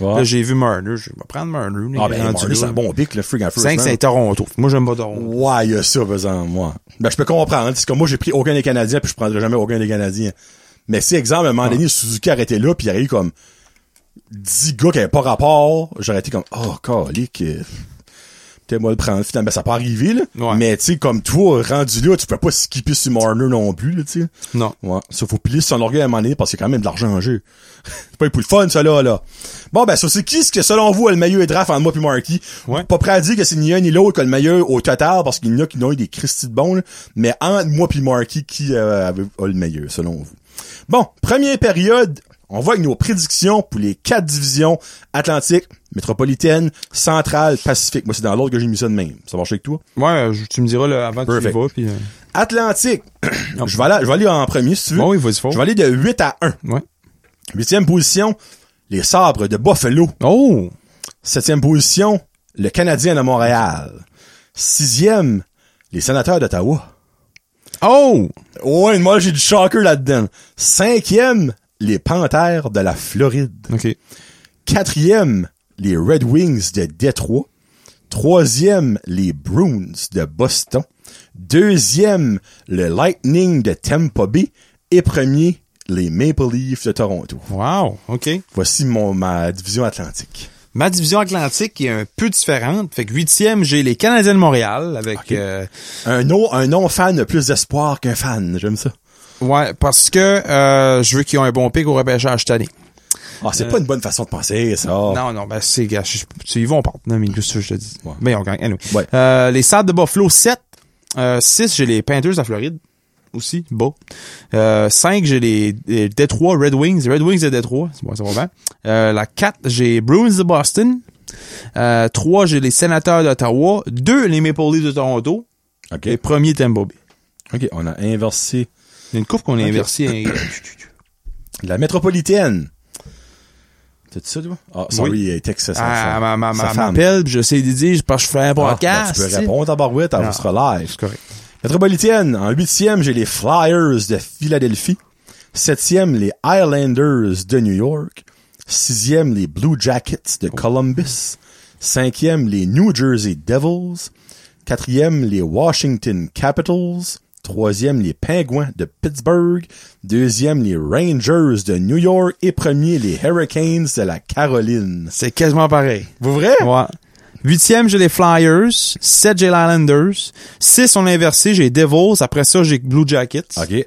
Ouais.
Là, j'ai vu Marner, je vais prendre Marner.
Ah, ben, Marner, c'est un bon pic, le freak en first
5,
round.
c'est Toronto. Moi, j'aime pas Toronto.
Ouais, il y a ça, par exemple, moi. Ben, je peux comprendre. C'est comme moi, j'ai pris aucun des Canadiens, puis je prendrai jamais aucun des Canadiens. Mais si, exemple, à un moment donné, Suzuki arrêtait là, puis il y aurait eu comme 10 gars qui avaient pas rapport, j'aurais été comme, oh, calique. T'es moi le prendre. Finalement, ça peut arriver, là.
Ouais.
Mais, tu sais, comme toi, rendu là, tu peux pas skipper sur Marner non plus, là, tu sais.
Non.
Ouais. Ça, faut piler son orgueil à un moment donné parce qu'il y a quand même de l'argent en jeu. c'est pas pour le fun, ça, là, là. Bon, ben, ça, c'est qui, ce que, selon vous, a le meilleur draft en moi puis Marky?
Ouais.
Pas prêt à dire que c'est ni un ni l'autre qui a le meilleur au total parce qu'il y en a qui n'ont eu des Christy de bons, là. Mais entre moi puis Marky, qui euh, avait- a le meilleur, selon vous? Bon, première période. On voit avec nos prédictions pour les quatre divisions Atlantique, Métropolitaine, Centrale, Pacifique. Moi, c'est dans l'ordre que j'ai mis ça de même. Ça marche avec toi?
Ouais, je- tu me diras là, avant que tu y
Perfect.
vas. Puis, euh,
Atlantique. je, vais aller, je vais aller en premier, si tu veux.
Bon, oui, vas-y, faut.
Hmm? Je vais aller de 8 à 1.
Ouais.
Huitième position, les sabres de Buffalo.
Oh!
Septième position, le Canadien de Montréal. Sixième, les sénateurs d'Ottawa.
Oh!
Ouais, moi j'ai du shocker là-dedans. Cinquième, les Panthères de la Floride.
OK.
Quatrième, les Red Wings de Détroit. Troisième, les Bruins de Boston. Deuxième, le Lightning de Tampa Bay. Et premier, les Maple Leafs de Toronto.
Wow! OK.
Voici mon, ma division atlantique.
Ma division atlantique est un peu différente. Fait que huitième, j'ai les Canadiens de Montréal avec... euh,
Un, non- un non-fan a plus d'espoir qu'un fan. J'aime ça.
ouais, parce que euh, je veux qu'ils aient un bon pic au repêchage cette année.
Ah, c'est pas une bonne façon de penser, ça.
Euh. Non, non, ben c'est... gars, je- Tu y vas, on part. Non, mais qu'est-ce que je te dis?
Ouais.
Mais on gagne. Anyway.
Ouais.
Euh, les Sables de Buffalo, 7. 6, j'ai les Panthers de Floride. Aussi, beau. 5, j'ai les, les Detroit Red Wings. Les Red Wings de Detroit. C'est bon, ça va bien. Euh, la 4, j'ai Bruins de Boston. 3, j'ai les Sénateurs d'Ottawa. 2, les Maple Leafs de Toronto.
OK.
Et premier, Tampa Bay.
OK, on a inversé
Il y a une coupe qu'on a inversée. hein.
la métropolitaine. C'est ça, toi? Ah, sorry,
Oui.
il texte sa,
Ah,
sa-
ma, ma,
sa
ma,
femme.
m'appelle, puis j'essaie de dire, parce que je fais un
Ah,
podcast.
ben, tu peux
sais.
répondre à Barouette, elle
Non.
vous sera live.
C'est correct.
Métropolitaine, en huitième, j'ai les Flyers de Philadelphie. Septième, les Islanders de New York. Sixième, les Blue Jackets de Columbus. Cinquième, les New Jersey Devils. Quatrième, les Washington Capitals. Troisième, les Penguins de Pittsburgh. Deuxième, les Rangers de New York. Et premier, les Hurricanes de la Caroline.
C'est quasiment pareil.
Vous vrai?
Ouais. Huitième, j'ai les Flyers. Sept, j'ai les Islanders. Six, on a inversé, j'ai Devils. Après ça, j'ai Blue Jackets.
Ok.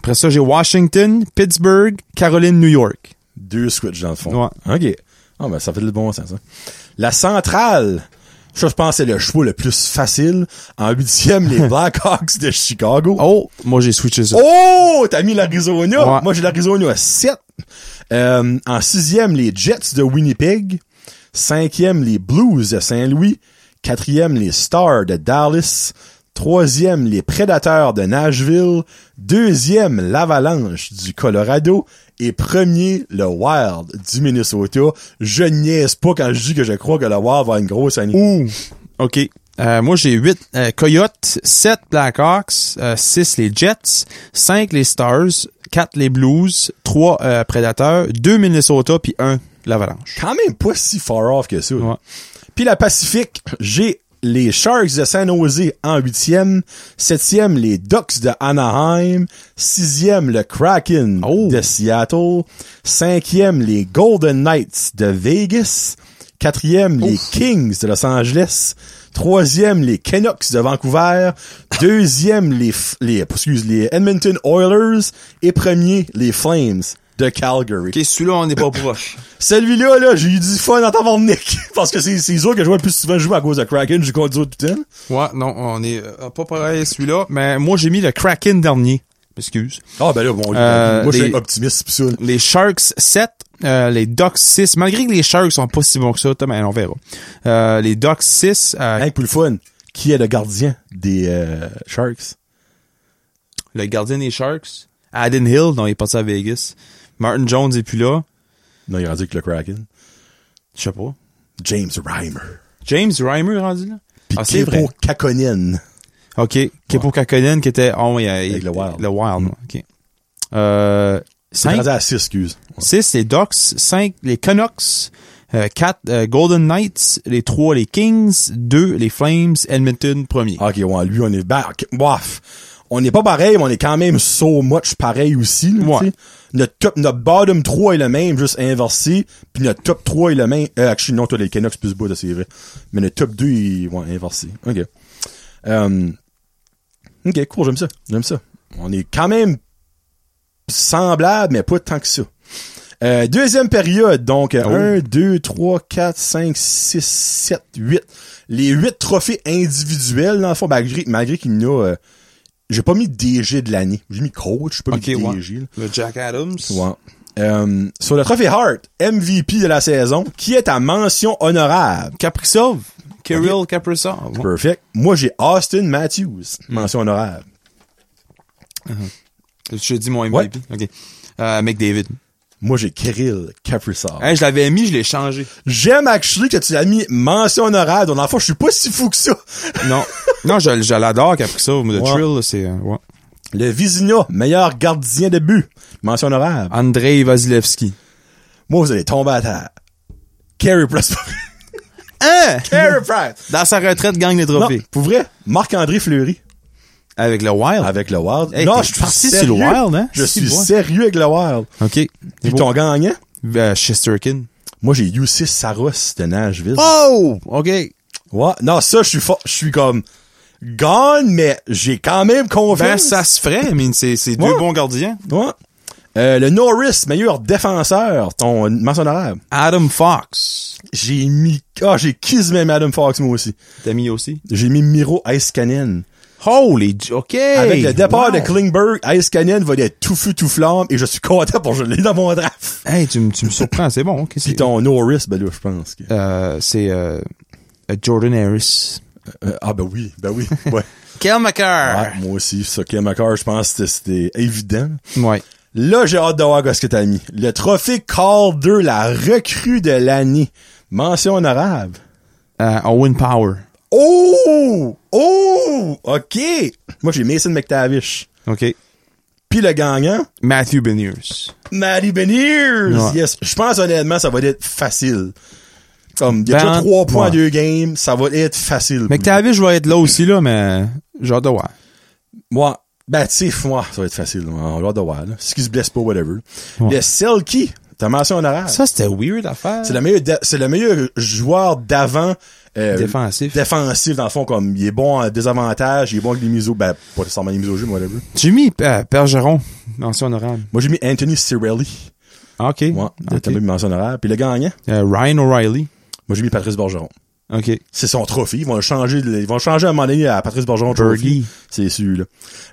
Après ça, j'ai Washington, Pittsburgh, Caroline, New York.
Deux switches dans le fond.
Ouais.
OK. Ah ben ça fait le bon sens. hein. La centrale. Ça, je pense, que c'est le choix le plus facile. En huitième, les Blackhawks de Chicago. Oh,
Oh, moi, j'ai switché ça.
t'as mis l'Arizona.
Ouais.
Moi, j'ai l'Arizona à 7. Euh, en sixième, les Jets de Winnipeg. Cinquième, les Blues de Saint-Louis. Quatrième, les Stars de Dallas. Troisième, les Prédateurs de Nashville. Deuxième, l'Avalanche du Colorado. Et premier, le Wild du Minnesota. Je niaise pas quand je dis que je crois que le Wild va avoir une grosse année.
Ouh. Oh! OK. Euh, moi, j'ai huit euh, Coyotes, sept Blackhawks, euh, six les Jets, cinq les Stars, quatre les Blues, trois euh, Predators, deux Minnesota, puis un l'Avalanche.
Quand même pas si far off que ça.
Ouais.
Puis la Pacifique, j'ai les Sharks de San Jose en huitième, septième les Ducks de Anaheim, sixième le Kraken
Oh.
de Seattle, cinquième les Golden Knights de Vegas, quatrième les Kings de Los Angeles, troisième les Canucks de Vancouver, deuxième les F- les excuse les Edmonton Oilers et premier les Flames de Calgary.
OK, celui-là, on n'est pas proche.
Celui-là, là, j'ai eu du fun en tabarnak. Parce que c'est, c'est eux que je vois le plus souvent jouer à cause de Kraken, j'ai contre les autres putains.
Ouais, non, on est euh, pas pareil celui-là, mais moi j'ai mis le Kraken dernier. M'excuse.
Ah, ben là, bon,
Euh,
moi, je suis
les-
optimiste, pis ça. là.
Les Sharks 7, euh, les Ducks 6, malgré que les Sharks sont pas si bons que ça, Tom, mais on verra. Euh, les Ducks 6, euh,
Hein, pour le fun, qui est le gardien des, euh, Sharks?
le gardien des Sharks, Aden Hill, non, il est parti à Vegas. Martin Jones est plus là.
Non, il est rendu avec le Kraken.
Je sais pas.
James Reimer.
James Reimer est rendu là?
Pis
Ah, c'est vrai.
Kepo Kakonen.
OK. Kepo Kakkonen qui était... Oh, il, y a-
Avec le Wild. Mm.
Le Wild, ouais, OK. Euh,
C'est
cinq-
rendu à 6, excuse.
6, les Ducks. 5, les Canucks. 4, Golden Knights. Les 3, les Kings. 2, les Flames. Edmonton, premier.
Ok, ouais, lui, on est, bah, ok, bof. On n'est pas pareil, mais on est quand même so much pareil aussi, là,
Ouais.
tu sais. Notre top, notre bottom 3 est le même, juste inversé. Puis notre top 3 est le même. Euh, actually, non, toi, les Canucks plus bas, c'est vrai. Mais le top 2 est ouais, inversé. OK. Euh, ok, cool, j'aime ça. J'aime ça. On est quand même semblable, mais pas tant que ça. Euh, deuxième période, donc euh,
Oh.
1, 2, 3, 4, 5, 6, 7, 8. Les 8 trophées individuels, dans le fond, malgré, malgré qu'il y en a... euh, j'ai pas mis DG de l'année. J'ai mis coach, j'ai pas
Ok,
mis
ouais.
DG. là.
Le Jack Adams.
Ouais. Euh, sur le trophée Hart, MVP de la saison, qui est à mention honorable.
Kaprizov. Kirill Kaprizov.
Perfect. Moi, j'ai Austin Matthews, mention honorable.
J'ai dit mon MVP. OK. Euh, McDavid.
Moi, j'ai Kirill Kaprizov.
Hey, je l'avais mis, je l'ai changé.
J'aime actually que tu as mis mention honorable. Donc, dans le fond, je suis pas si fou que ça.
Non. non, je, je l'adore, Kaprizov. mais Le
Ouais.
Trill, là, c'est... euh, ouais.
Le Vizina, meilleur gardien de but. Mention honorable.
Andrei Vasilevski.
Moi, vous allez tomber à terre. Carey Price.
Hein?
Carey Price.
Dans sa retraite, gagne les
Non,
trophées.
pour vrai, Marc-André Fleury
avec le Wild.
avec le Wild.
Hey,
non,
t'es
je suis
parti
sérieux.
sur le Wild, hein?
Je
Si,
suis
ouais.
sérieux avec le Wild.
OK.
Puis ton gagnant,
Euh, Shesterkin.
moi, j'ai U6 Saros de Nashville.
Oh! OK.
Ouais. Non, ça, je suis fort. Je suis comme gone, mais j'ai quand même
Ben,
confiance.
ça se ferait. I mean, c'est c'est deux
Ouais.
bons gardiens.
Ouais. Euh, le Norris, meilleur défenseur, ton euh, mention honorable.
Adam Fox.
J'ai mis, ah, j'ai kiss même Adam Fox, moi aussi.
T'as mis aussi.
J'ai mis Miro Iskanen.
Holy... j- OK.
Avec le départ de
Wow.
Klingberg, Iskanen va être tout feu, tout flamme, et je suis content pour que je l'ai dans mon draft.
Hey, tu, me- tu me surprends. C'est bon. OK.
Puis
c'est-
ton Norris, ben là, je pense que...
Euh, c'est euh, euh, Jordan Harris.
Euh, ah, ben oui, ben oui, ouais.
Kel
Ah,
McCarr.
moi aussi, ça, Kim Makar, je pense que c'était évident.
Ouais.
Là, j'ai hâte de voir ce que t'as mis. Le trophée Calder, la recrue de l'année. Mention honorable.
Euh, Owen Power.
Oh! Oh! OK! Moi, j'ai Mason McTavish.
OK.
Puis le gagnant,
Matthew Beniers.
Matty Beniers!
Ouais.
Yes. Je pense honnêtement, ça va être facile. Comme, il y a
Ben,
déjà trois points
ouais.
à deux games, ça va être facile. pour
McTavish va être là aussi, là, mais j'ai hâte de voir.
lui. Moi, ben, tu sais, moi, ça va être facile. On va de voir, là. Ce qui se blesse pas, whatever.
Ouais.
Le Selkie, ta mention honorable.
Ça, c'était weird à faire.
C'est le meilleur, da- c'est le meilleur joueur d'avant, euh,
Défensif.
défensif, dans le fond, comme, il est bon en désavantage, il est bon avec les mises au, ben, pas nécessairement les mises au jeu, mais whatever.
J'ai mis euh, Bergeron, mention honorable.
Moi, j'ai mis Anthony Cirelli.
Ah, OK.
Ouais,
Ok.
t'as même mention honorable. Puis le gagnant,
Euh, Ryan O'Reilly.
moi j'ai mis Patrice Bergeron.
OK.
C'est son trophée. Ils vont le changer, de- ils vont changer à un moment donné à Patrice Bergeron
Bergie.
Trophy. C'est sûr, là.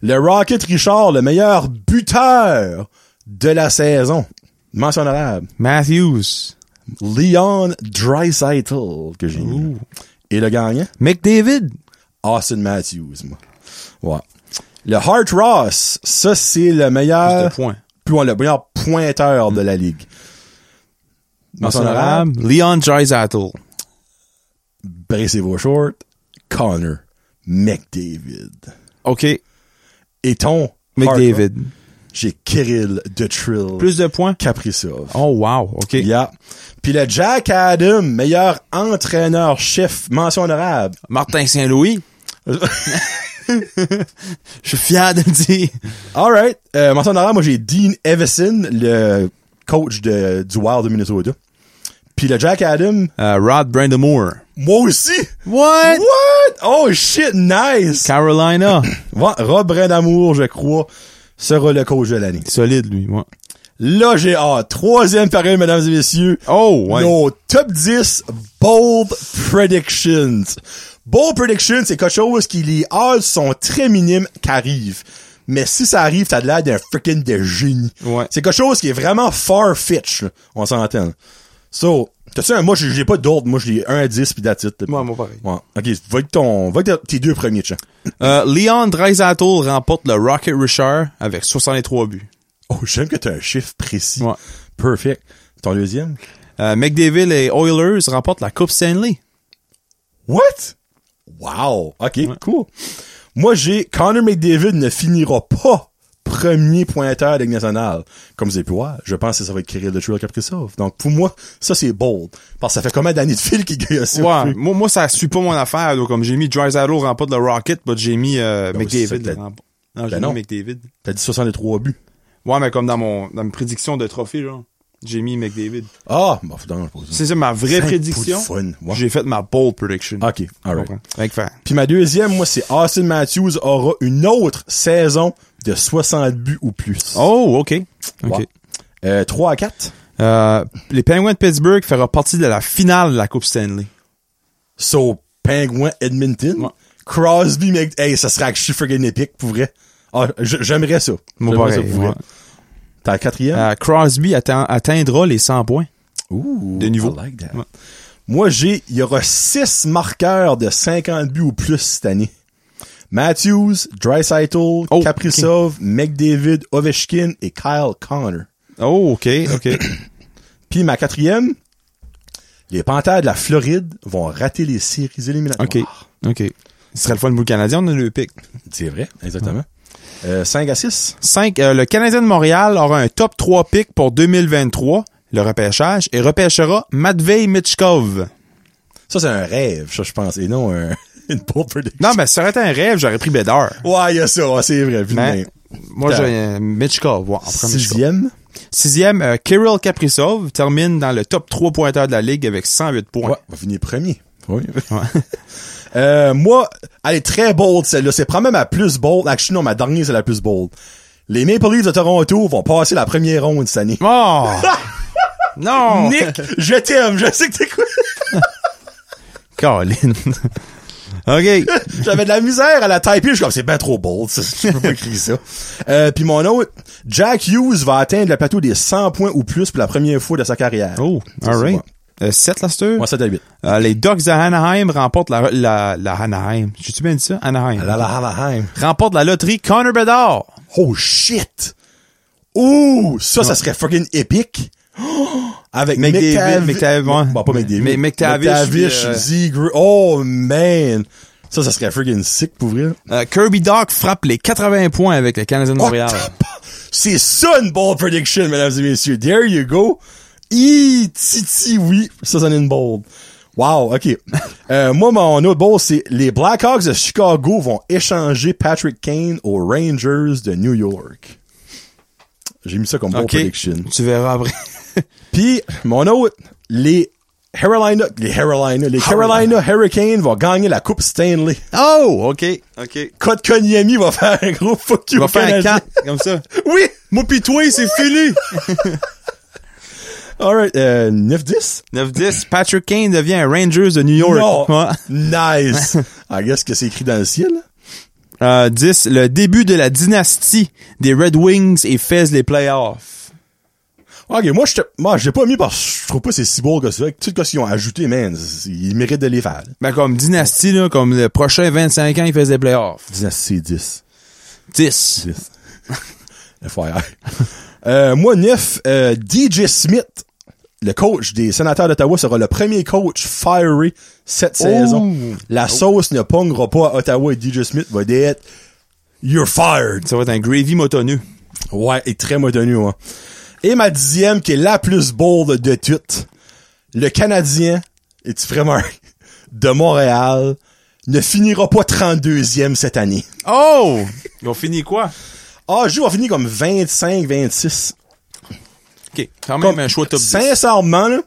Le Rocket Richard, le meilleur buteur de la saison. Mention honorable.
Matthews.
Leon Dreisaitl, que j'ai mis. là. Et le gagnant,
McDavid.
Austin Matthews, moi. Ouais. Le Hart Ross, ça c'est le meilleur,
point.
plus on- le meilleur pointeur de la ligue.
Mention honorable. Leon Draisaitl.
Bracez vos shorts. Connor McDavid.
OK.
Et ton Hart-
McDavid.
J'ai Kirill de Trill.
Plus de points.
Kaprizov.
Oh, wow. OK.
Yeah. Puis le Jack Adam, meilleur entraîneur-chef, mention honorable.
Martin Saint-Louis. Je suis fier de le dire.
Alright. Euh, mention honorable, moi j'ai Dean Evison, le coach de, du Wild de Minnesota. Puis le Jack Adam,
Euh, Rod Brandamore.
moi aussi.
What?
What? Oh shit, nice.
Carolina.
Ouais, Rob Brendamour, je crois, sera le coach de l'année.
Solide, lui. Ouais.
Là, j'ai hâte. Troisième période, mesdames et messieurs.
Oh, ouais.
Nos top 10 bold predictions. Bold predictions, c'est quelque chose qui, les odds sont très minimes qu'arrive. Mais si ça arrive, t'as de l'air d'un freaking de génie.
Ouais.
C'est quelque chose qui est vraiment far-fetched, là. On s'entend. So, t'as-tu un, moi, j'ai j'ai pas d'autres. Moi, j'ai un à 10 pis that's it.
Ouais, moi, pareil.
Ouais. Ok, va avec ton, va avec tes deux premiers, tiens.
Euh, Leon Draisaitl remporte le Rocket Richard avec 63 buts.
Oh, j'aime que t'as un chiffre précis.
Ouais.
Perfect. Ton deuxième?
Euh, McDavid et Oilers remportent la Coupe Stanley.
What? Wow. OK, cool. Moi, j'ai Connor McDavid ne finira pas premier pointeur de Ligue nationale. Comme vous avez pu voir, je pense que ça va être Kirill de Trill Kaprizov. Donc, pour moi, ça, c'est bold. Parce que ça fait combien d'années de fil qu'il gagne ça?
Ouais, moi, moi, ça suit pas mon affaire. là. Comme j'ai mis Draisaitl remporte le Rocket, but j'ai mis euh,
oui, c'est ça
McDavid.
que t'as-
le remporte. Ben Non, j'ai
non.
mis McDavid.
T'as dit 63 buts.
Ouais, mais comme dans mon dans mes prédictions de trophée, genre. J'ai mis McDavid.
Ah, bah, faut donc, je
C'est ça ma vraie
Cinq
prédiction.
pour le fun, ouais.
J'ai fait ma bold prediction.
OK,
Tu
alright.
comprends? Fait que, fait,
Puis ma deuxième, moi, c'est Austin Matthews aura une autre saison de 60 buts ou plus.
Oh, OK. OK.
Ouais. Euh, 3 à 4.
Euh, les Penguins de Pittsburgh fera partie de la finale de la Coupe Stanley.
So, Penguin Edmonton.
Ouais.
Crosby, Mc... hey, ça serait friggin' épique, pour vrai. Ah, j- j'aimerais ça.
Moi,
J'aimerais
pareil,
pour vrai.
ouais.
T'as la quatrième?
Euh, Crosby atte- atteindra les 100 points.
Ouh,
de niveau.
I like that.
Ouais.
Moi, j'ai, il y aura 6 marqueurs de 50 buts ou plus cette année. Matthews, Dreisaitl,
Oh,
Kaprizov, McDavid, Ovechkin et Kyle Connor.
Oh, OK, OK.
Puis ma quatrième, les Panthères de la Floride vont rater les séries éliminatoires.
OK, OK. Ce serait le fun pour le Canadien, on a le pic.
C'est vrai, exactement. Euh, 5 à 6.
5. euh, le Canadien de Montréal aura un top 3 pick pour 2023, le repêchage, et repêchera Matvei Mitchkov.
Ça, c'est un rêve, ça, je pense, et non un, une pauvre prediction.
Non, mais ça aurait été un rêve, j'aurais pris Bédard.
Ouais, il y a ça, ouais, c'est vrai. Vu de
Mais
même.
moi, j'ai euh, Mitchkov. ouais, on prend Mitchkov.
Sixième.
Sixième, euh, Kirill Kaprizov termine dans le top 3 pointeurs de la Ligue avec 108 points.
Ouais, on va finir premier. Oui.
Ouais.
Euh, moi, elle est très bold, celle-là. C'est probablement ma plus bold. Actually, non, ma dernière, c'est la plus bold. Les Maple Leafs de Toronto vont passer la première ronde cette année.
Oh! non!
Nick, je t'aime. Je sais que t'es quoi.
Colin. OK.
J'avais de la misère à la typer. Je suis comme, c'est bien trop bold. ça. Je peux pas écrire ça. Euh, puis mon autre, Jack Hughes va atteindre le plateau des 100 points ou plus pour la première fois de sa carrière.
Oh,
Ça, c'est
alright.
moi.
Euh, 7, Lester.
Moi, ça t'habite.
Euh, les Ducks de Anaheim remportent la, la, la Anaheim. J'ai-tu bien dit ça? Anaheim.
La la la hein.
Remporte la loterie Connor Bedard.
Oh shit! Oh! Ça, ça serait fucking épique! Oh! Avec
McDavid, McTavish, ouais.
Bon, pas McDavid.
Mais McTavish,
McTavish,
euh,
Zegras. Oh, man! Ça, ça serait fucking sick pour vrai.
Euh, Kirby Doc frappe les 80 points avec le Canadien de
Oh,
Montréal.
t'as pas- C'est ça une bold prediction, mesdames et messieurs. There you go. Hi, titi, oui. Ça, ça en est une bold. Wow, ok. Euh, moi, mon autre bold, c'est les Blackhawks de Chicago vont échanger Patrick Kane aux Rangers de New York. J'ai mis ça comme bold
OK.
prediction.
Tu verras après.
Puis, mon autre, les Carolina, les Carolina, les Carolina Hurricane vont gagner la Coupe Stanley.
oh, OK. OK.
Kotkaniemi va faire un gros fuck you.
Il va
au
faire un
Canadien.
4, comme ça.
Oui!
Moi pis toi, c'est fini.
Alright, euh, 9-10?
9-10, Patrick Kane devient un Rangers de New York.
Non!
Ouais.
Nice! I guess que c'est écrit dans le ciel.
Euh, 10, le début de la dynastie des Red Wings et fait les playoffs.
Ok, moi, je te, moi, je l'ai pas mis parce que je trouve pas c'est si beau que ça. Tout ce qu'ils ont ajouté, man, c'est- ils méritent de les faire.
Ben, comme dynastie, là, comme le prochain 25 ans, il fait les playoffs.
C'est 10. 10.
10.
FYI. Euh, moi, 9, DJ Smith, le coach des sénateurs d'Ottawa, sera le premier coach fiery cette saison. La sauce ne pongera pas à Ottawa et DJ Smith va dire You're fired.
Ça va être un gravy motonneux.
Ouais, et très modenu, hein. Et ma dixième, qui est la plus bold de toutes, le Canadien, et tu vraiment de Montréal, ne finira pas 32e cette année.
Oh! Ils ont fini quoi?
Ah, je va finir comme 25-26.
OK. Quand même
Comme,
un choix top 10.
sincèrement, là,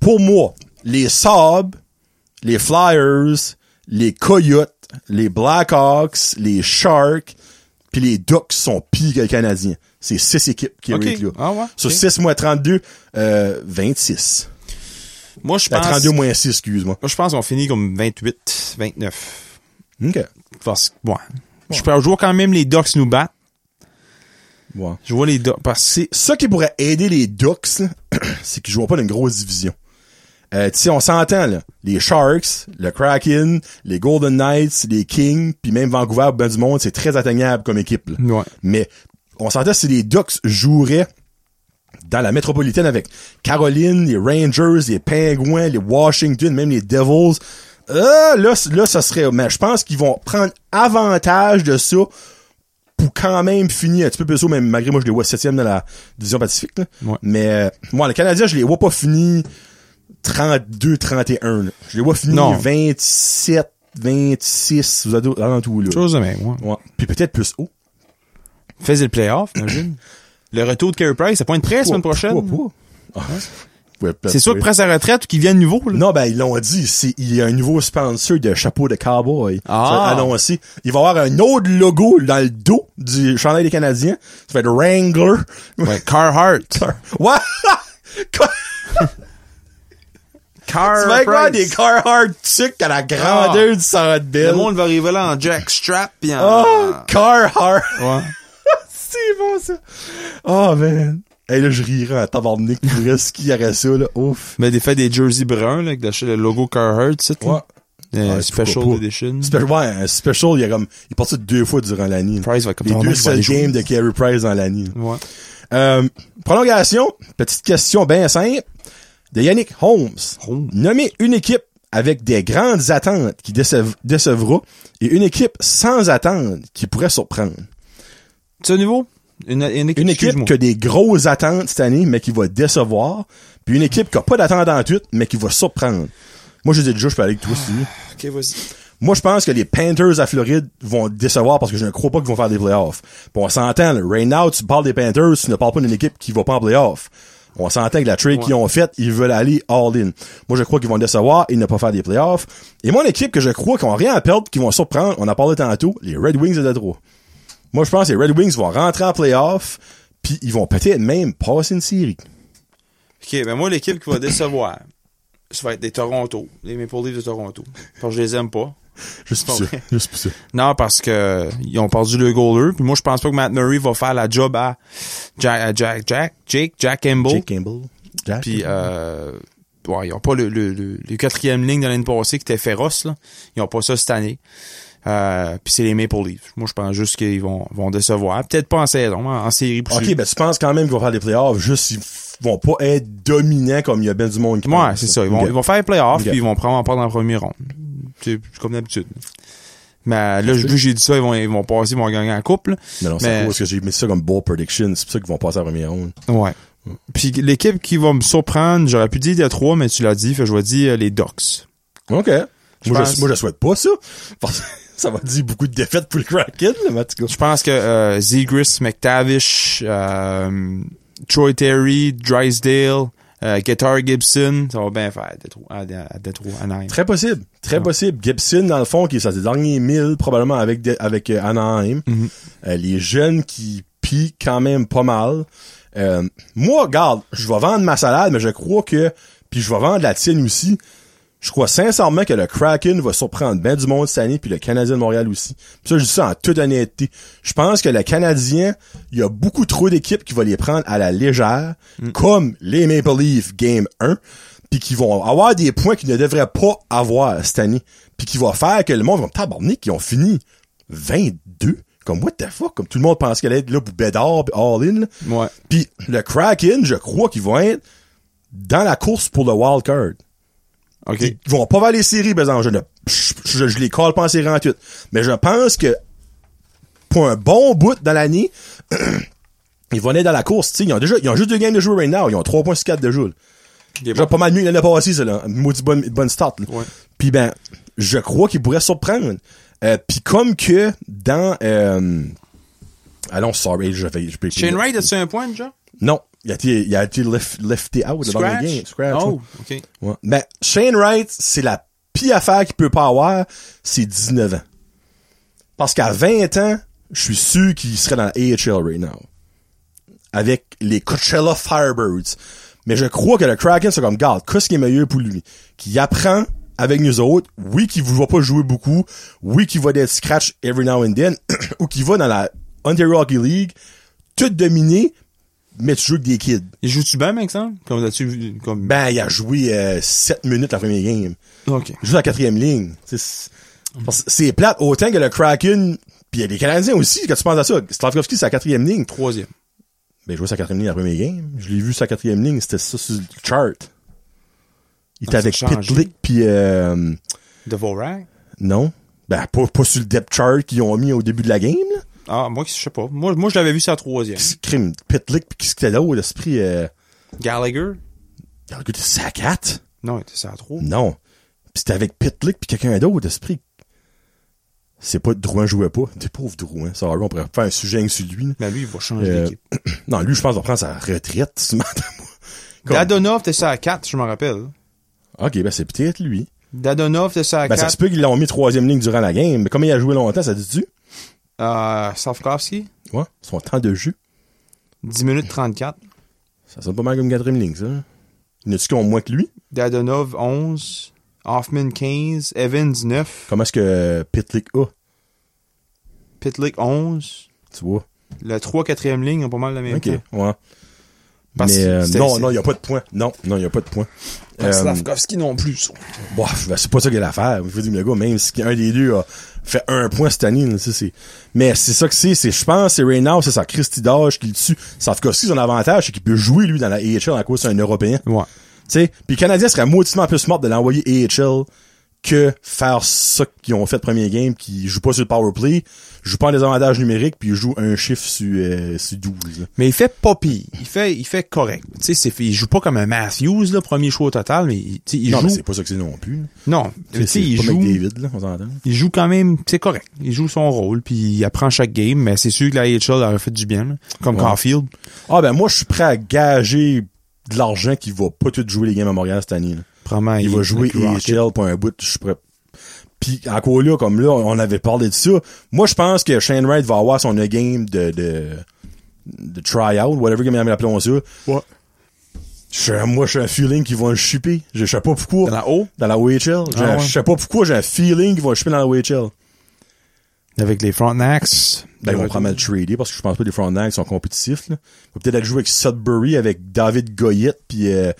pour moi, les Sabres, les Flyers, les Coyotes, les Blackhawks, les Sharks, puis les Ducks sont pires que les Canadiens. C'est six équipes qui
Ok.
ratent là.
Ah ouais,
Sur
ok.
6 moins 32, euh, 26.
Moi, je
Euh,
pense,
32 moins 6, excuse-moi.
moi, je pense qu'on finit comme 28, 29.
OK.
Parce que, ouais. Je, peux- je vois quand même les Ducks nous battre.
Ouais.
Je vois les Ducks. Parce que,
C'est ça qui pourrait aider les Ducks, là, c'est qu'ils jouent pas dans une grosse division. Euh, tu sais, on s'entend, là. Les Sharks, le Kraken, les Golden Knights, les Kings, puis même Vancouver, ben du monde, c'est très atteignable comme équipe, là.
Ouais.
Mais on s'entend si les Ducks joueraient dans la métropolitaine avec Caroline, les Rangers, les Penguins, les Washington, même les Devils. Euh, là, c- là, ça serait. Mais je pense qu'ils vont prendre avantage de ça pour quand même finir un petit peu plus haut, même malgré moi, je les vois septième dans la division Pacifique. là.
Ouais.
Mais euh, moi, les Canadiens, je les vois pas finis 32-31. là. Je les vois finis
Non.
27, 26, vous avez dans tout là.
Chose de même, ouais.
Ouais. Puis peut-être plus haut.
faisait le playoff, imagine. Le retour de Carey Price, ça pointe près la semaine prochaine.
Pourquoi pas? Ah. Ouais, peut-être,
C'est sûr
oui.
qu'il prend sa retraite ou qu'il vient de nouveau. Là.
Non, ben, ils l'ont dit. c'est- Il y a un nouveau sponsor de chapeau de cowboy.
Ah.
Ça, annoncé. Il va y avoir un autre logo dans le dos du chandail des Canadiens. Ça va être Wrangler.
Ouais, Carhartt.
Ouais! Quoi?
Car
Tu vas avoir des Carhartt tucs à la grandeur du Centre Bell.
Le monde Ah. va arriver là en jackstrap pis en...
Oh, Carhartt!
Ouais.
C'est bon, ça! Oh, man! Hey, là, je rirais à tabarnak pour vrai, ce qu'il y aurait ça, là. Ouf!
Mais des fait des jerseys bruns, là, avec le le logo Carhartt, tu sais. là. Euh,
Ouais,
special
pourquoi pas.
Edition.
Spé- ouais, un special, il, y a comme, il porte ça deux fois durant l'année. là.
Price va comme
Les
Oh,
deux
je vais
seuls
aller jouer.
games de Carey Price dans l'année. là.
Ouais.
Euh, prolongation, petite question bien simple de Yannick Holmes.
Holmes.
Nommer une équipe avec des grandes attentes qui décev- décevra et une équipe sans attentes qui pourrait surprendre.
Tu sais, niveau? Une, une équipe,
Une équipe
excuse-moi.
qui a des grosses attentes cette année, mais qui va décevoir, puis une équipe qui a pas d'attente en tout, mais qui va surprendre. Moi, je dis déjà, je peux aller avec toi, si tu veux.
Ok, vas-y.
Moi, je pense que les Panthers à Floride vont décevoir parce que je ne crois pas qu'ils vont faire des playoffs. Puis on s'entend, là, right now, tu parles des Panthers, tu ne parles pas d'une équipe qui va pas en playoffs. On s'entend que la trade qu'ils ont faite, ils veulent aller all-in. Moi, je crois qu'ils vont décevoir et ne pas faire des playoffs. Et moi, l'équipe que je crois qu'ils n'ont rien à perdre, qu'ils vont surprendre, on en parlait tantôt, les Red Wings de Détroit. Moi, je pense que les Red Wings vont rentrer en playoffs, puis ils vont peut-être même passer une série.
Ok, ben moi, l'équipe qui va décevoir, ça va être des Toronto, les Maple Leafs de Toronto. Parce que je les aime pas.
Juste pour ça.
Bon.
Juste pour ça.
Non, parce que ils ont perdu le goaler. Puis moi, je pense pas que Matt Murray va faire la job à Jack, à Jack, Jack, Jake, Jack Campbell.
Jake Campbell. Jack.
Puis, euh, ouais, ils ont pas le, le, le, le quatrième ligne de l'année passée qui était féroce, là. Ils ont pas ça cette année. Euh, puis c'est les Maple Leafs. Moi, je pense juste qu'ils vont, vont décevoir. Peut-être pas en saison, en, en série. pour
OK, ben tu penses quand même qu'ils vont faire des playoffs, juste ils f- vont pas être dominants comme il y a bien du monde qui
Ouais,
pense.
c'est ça. Ils vont,
Ok.
ils vont faire les playoffs,
Ok.
puis ils vont prendre en part dans le premier rond. C'est comme d'habitude. Mais là, vu que j'ai dit ça, ils vont, ils vont passer, ils vont gagner en couple.
Mais non, c'est
Mais-
à cause que j'ai mis ça comme ball prediction, c'est pour ça qu'ils vont passer à la première ronde.
Ouais. Puis l'équipe qui va me surprendre, j'aurais pu dire il y a trois, mais tu l'as dit, fait que je vais dire euh, les Ducks.
OK. moi,
pense-
je, moi, je souhaite pas ça. Parce que ça va dire beaucoup de défaites pour le Kraken, là, mais en tout cas.
Je pense que euh, Zegris, McTavish, euh, Troy Terry, Drysdale, euh, Guitar Gibson, ça va bien faire à Détroit, à, à Détroit, à Nîmes.
Très possible. Très
Ouais.
possible. Gibson, dans le fond, qui est à ses derniers milles, probablement avec, de- avec euh, Anaheim.
Mhm.
Euh, les jeunes qui pillent quand même pas mal. Euh, moi, regarde, je vais vendre ma salade, mais je crois que... Puis je vais vendre la tienne aussi. Je crois sincèrement que le Kraken va surprendre bien du monde cette année, puis le Canadien de Montréal aussi. Puis ça, je dis ça en toute honnêteté. Je pense que le Canadien, il y a beaucoup trop d'équipes qui vont les prendre à la légère, comme les Maple Leafs Game 1, puis qui vont avoir des points qu'ils ne devraient pas avoir cette année, puis qui va faire que le monde va tabarnak, ils ont fini 22. Comme what the fuck, comme tout le monde pense qu'elle est là pour Bédard, puis all-in. là.
Ouais.
Puis le Kraken, je crois qu'ils vont être dans la course pour le wild card.
OK.
Ils ils vont pas vers les séries, par exemple. Je, ne- je, je- je les colle pas en série en tout. Mais je pense que pour un bon bout dans l'année, ils vont aller dans la course. tu sais. Ils ont, déjà, ils ont juste deux games de jeu right now. Ils ont 3.64 de jeu.
Des
Déjà
bons-
pas mal mieux que l'année passée, ça, là. Maudit bonne, bonne start, là.
Ouais.
Puis ben, je crois qu'il pourrait surprendre. Euh, Puis comme que dans... Euh, allons, sorry, je vais... Je vais
Shane Wright, as-tu un point déjà?
Non, il a été, il a été left, lefté out dans le
Scratch?
game. Scratch, ouais.
Oh, OK.
Ouais. Ben, Shane Wright, c'est la pire affaire qu'il peut pas avoir, c'est 19 ans. Parce qu'à 20 ans, je suis sûr qu'il serait dans la AHL right now. Avec les Coachella Firebirds. Mais je crois que le Kraken, c'est comme, garde, qu'est-ce qui est meilleur pour lui? Qui apprend avec nous autres. Oui, qui vous va pas jouer beaucoup. Oui, qui va d'être scratch every now and then. ou qui va dans la Ontario Hockey League, tout dominer, mais tu joues avec des kids.
Il joue-tu bien, exemple? Comme as-tu vu? Comme...
Ben, il a joué euh, 7 minutes la première game
OK.
joue la quatrième ligne. C'est- c'est- parce que C'est plate. Autant que le Kraken, puis il y a les Canadiens aussi, quand tu penses à ça. Slavkovski, c'est la quatrième ligne.
Troisième.
Ben, il jouait sa quatrième ligne la première game. Je l'ai vu sa quatrième ligne, c'était ça sur le chart. Il était
Ah,
avec
ça a changé.
Pitlick, puis euh,
De Vorak?
non. Ben, pas, pas sur le depth chart qu'ils ont mis au début de la game, là.
Ah, moi, je sais pas. Moi, moi je l'avais vu, c'est la troisième.
Qu'est-ce que- crime, Pitlick, puis qu'est-ce qu'il était là, l'esprit, euh,
Gallagher?
il a le goût de sa quatre?
Non, il était sur la trois.
Non. Puis c'était avec Pitlick, puis quelqu'un d'autre, l'esprit. C'est pas Drouin jouait pas. Des pauvres Drouin. Ça, on pourrait faire un sujet rien que sur lui. là.
Mais Ben, lui, il va changer
Euh,
d'équipe.
non, lui, je pense qu'on prend sa retraite, ce matin. Comme-
Dadonov, t'es ça à 4, je m'en rappelle.
Ok, ben, c'est peut-être lui.
Dadonov, t'es ça à
Ben, ça
4.
se peut qu'ils l'ont mis troisième ligne durant la game, mais comme il a joué longtemps, ça dit-tu?
Euh, Slavkovski,
Ouais, son temps de jeu.
10 minutes 34.
Ça sonne pas mal comme quatrième ligne, ça. N'as-tu qu'on moins que lui?
Dadonov, 11. Hoffman, 15. Evans, 9.
Comment est-ce que euh, Pitlick a?
Pitlick, 11.
Tu vois?
Le 3 4e ligne ont pas mal la même
Ok,
temps.
ouais.
Parce
mais
que
euh,
c'était-
non,
c'est-
non, il n'y a pas de point. Non, non, il n'y a pas de point.
Parce que
Euh,
Slavkovski non plus.
Bah, ben, c'est pas ça qu'il y a l'affaire. Je veux dire, le gars, même si un des deux a fait un point cette année, là, ça, c'est... Mais c'est ça que c'est. c'est je pense c'est Reynaud, c'est sa Christy Dodge qui le tue. Sauf que si son avantage, c'est qu'il peut jouer, lui, dans la AHL à cause c'est un Européen.
Ouais.
Tu sais, puis le Canadien serait mauditement plus mort de l'envoyer AHL que faire ça qu'ils ont fait le premier game, qui joue pas sur le power play, joue pas en désavantage numérique, puis joue un chiffre sur, euh, sur 12.
Mais il fait pas pire. Il fait, il fait correct. Tu sais, c'est- il joue pas comme un Matthews, là, premier choix au total, mais il, tu sais, il
non, mais
joue.
c'est pas ça que c'est non plus. là.
Non, mais tu sais,
C'est
il
pas
joue.
McDavid, là, on s'entend.
Il joue quand même, c'est correct. Il joue son rôle, puis il apprend chaque game, mais c'est sûr que la AHL aurait fait du bien, là. comme
Ouais.
Caulfield.
Ah ben moi je suis prêt à gager de l'argent qu'il va pas tout jouer les games à Montréal cette année. là.
Probablement,
Il va jouer
le Rocket.
AHL pour un bout, je suis prêt. Puis encore là, comme là, on avait parlé de ça. Moi je pense que Shane Wright va avoir son game de de, de tryout, whatever game appelons ça.
Ouais.
J'ai- Moi j'ai un feeling qu'ils vont le chipper. Je sais pas pourquoi.
Dans la haut,
Dans la OHL. J'ai- Je
Ah ouais.
sais pas pourquoi j'ai un feeling qu'ils vont le chipper dans la OHL.
avec les Frontenacs.
Ben, ils vont probablement le trader parce que je pense pas que les Frontenacs sont compétitifs. Là. Il va peut-être aller jouer avec Sudbury, avec David Goyette, puis euh,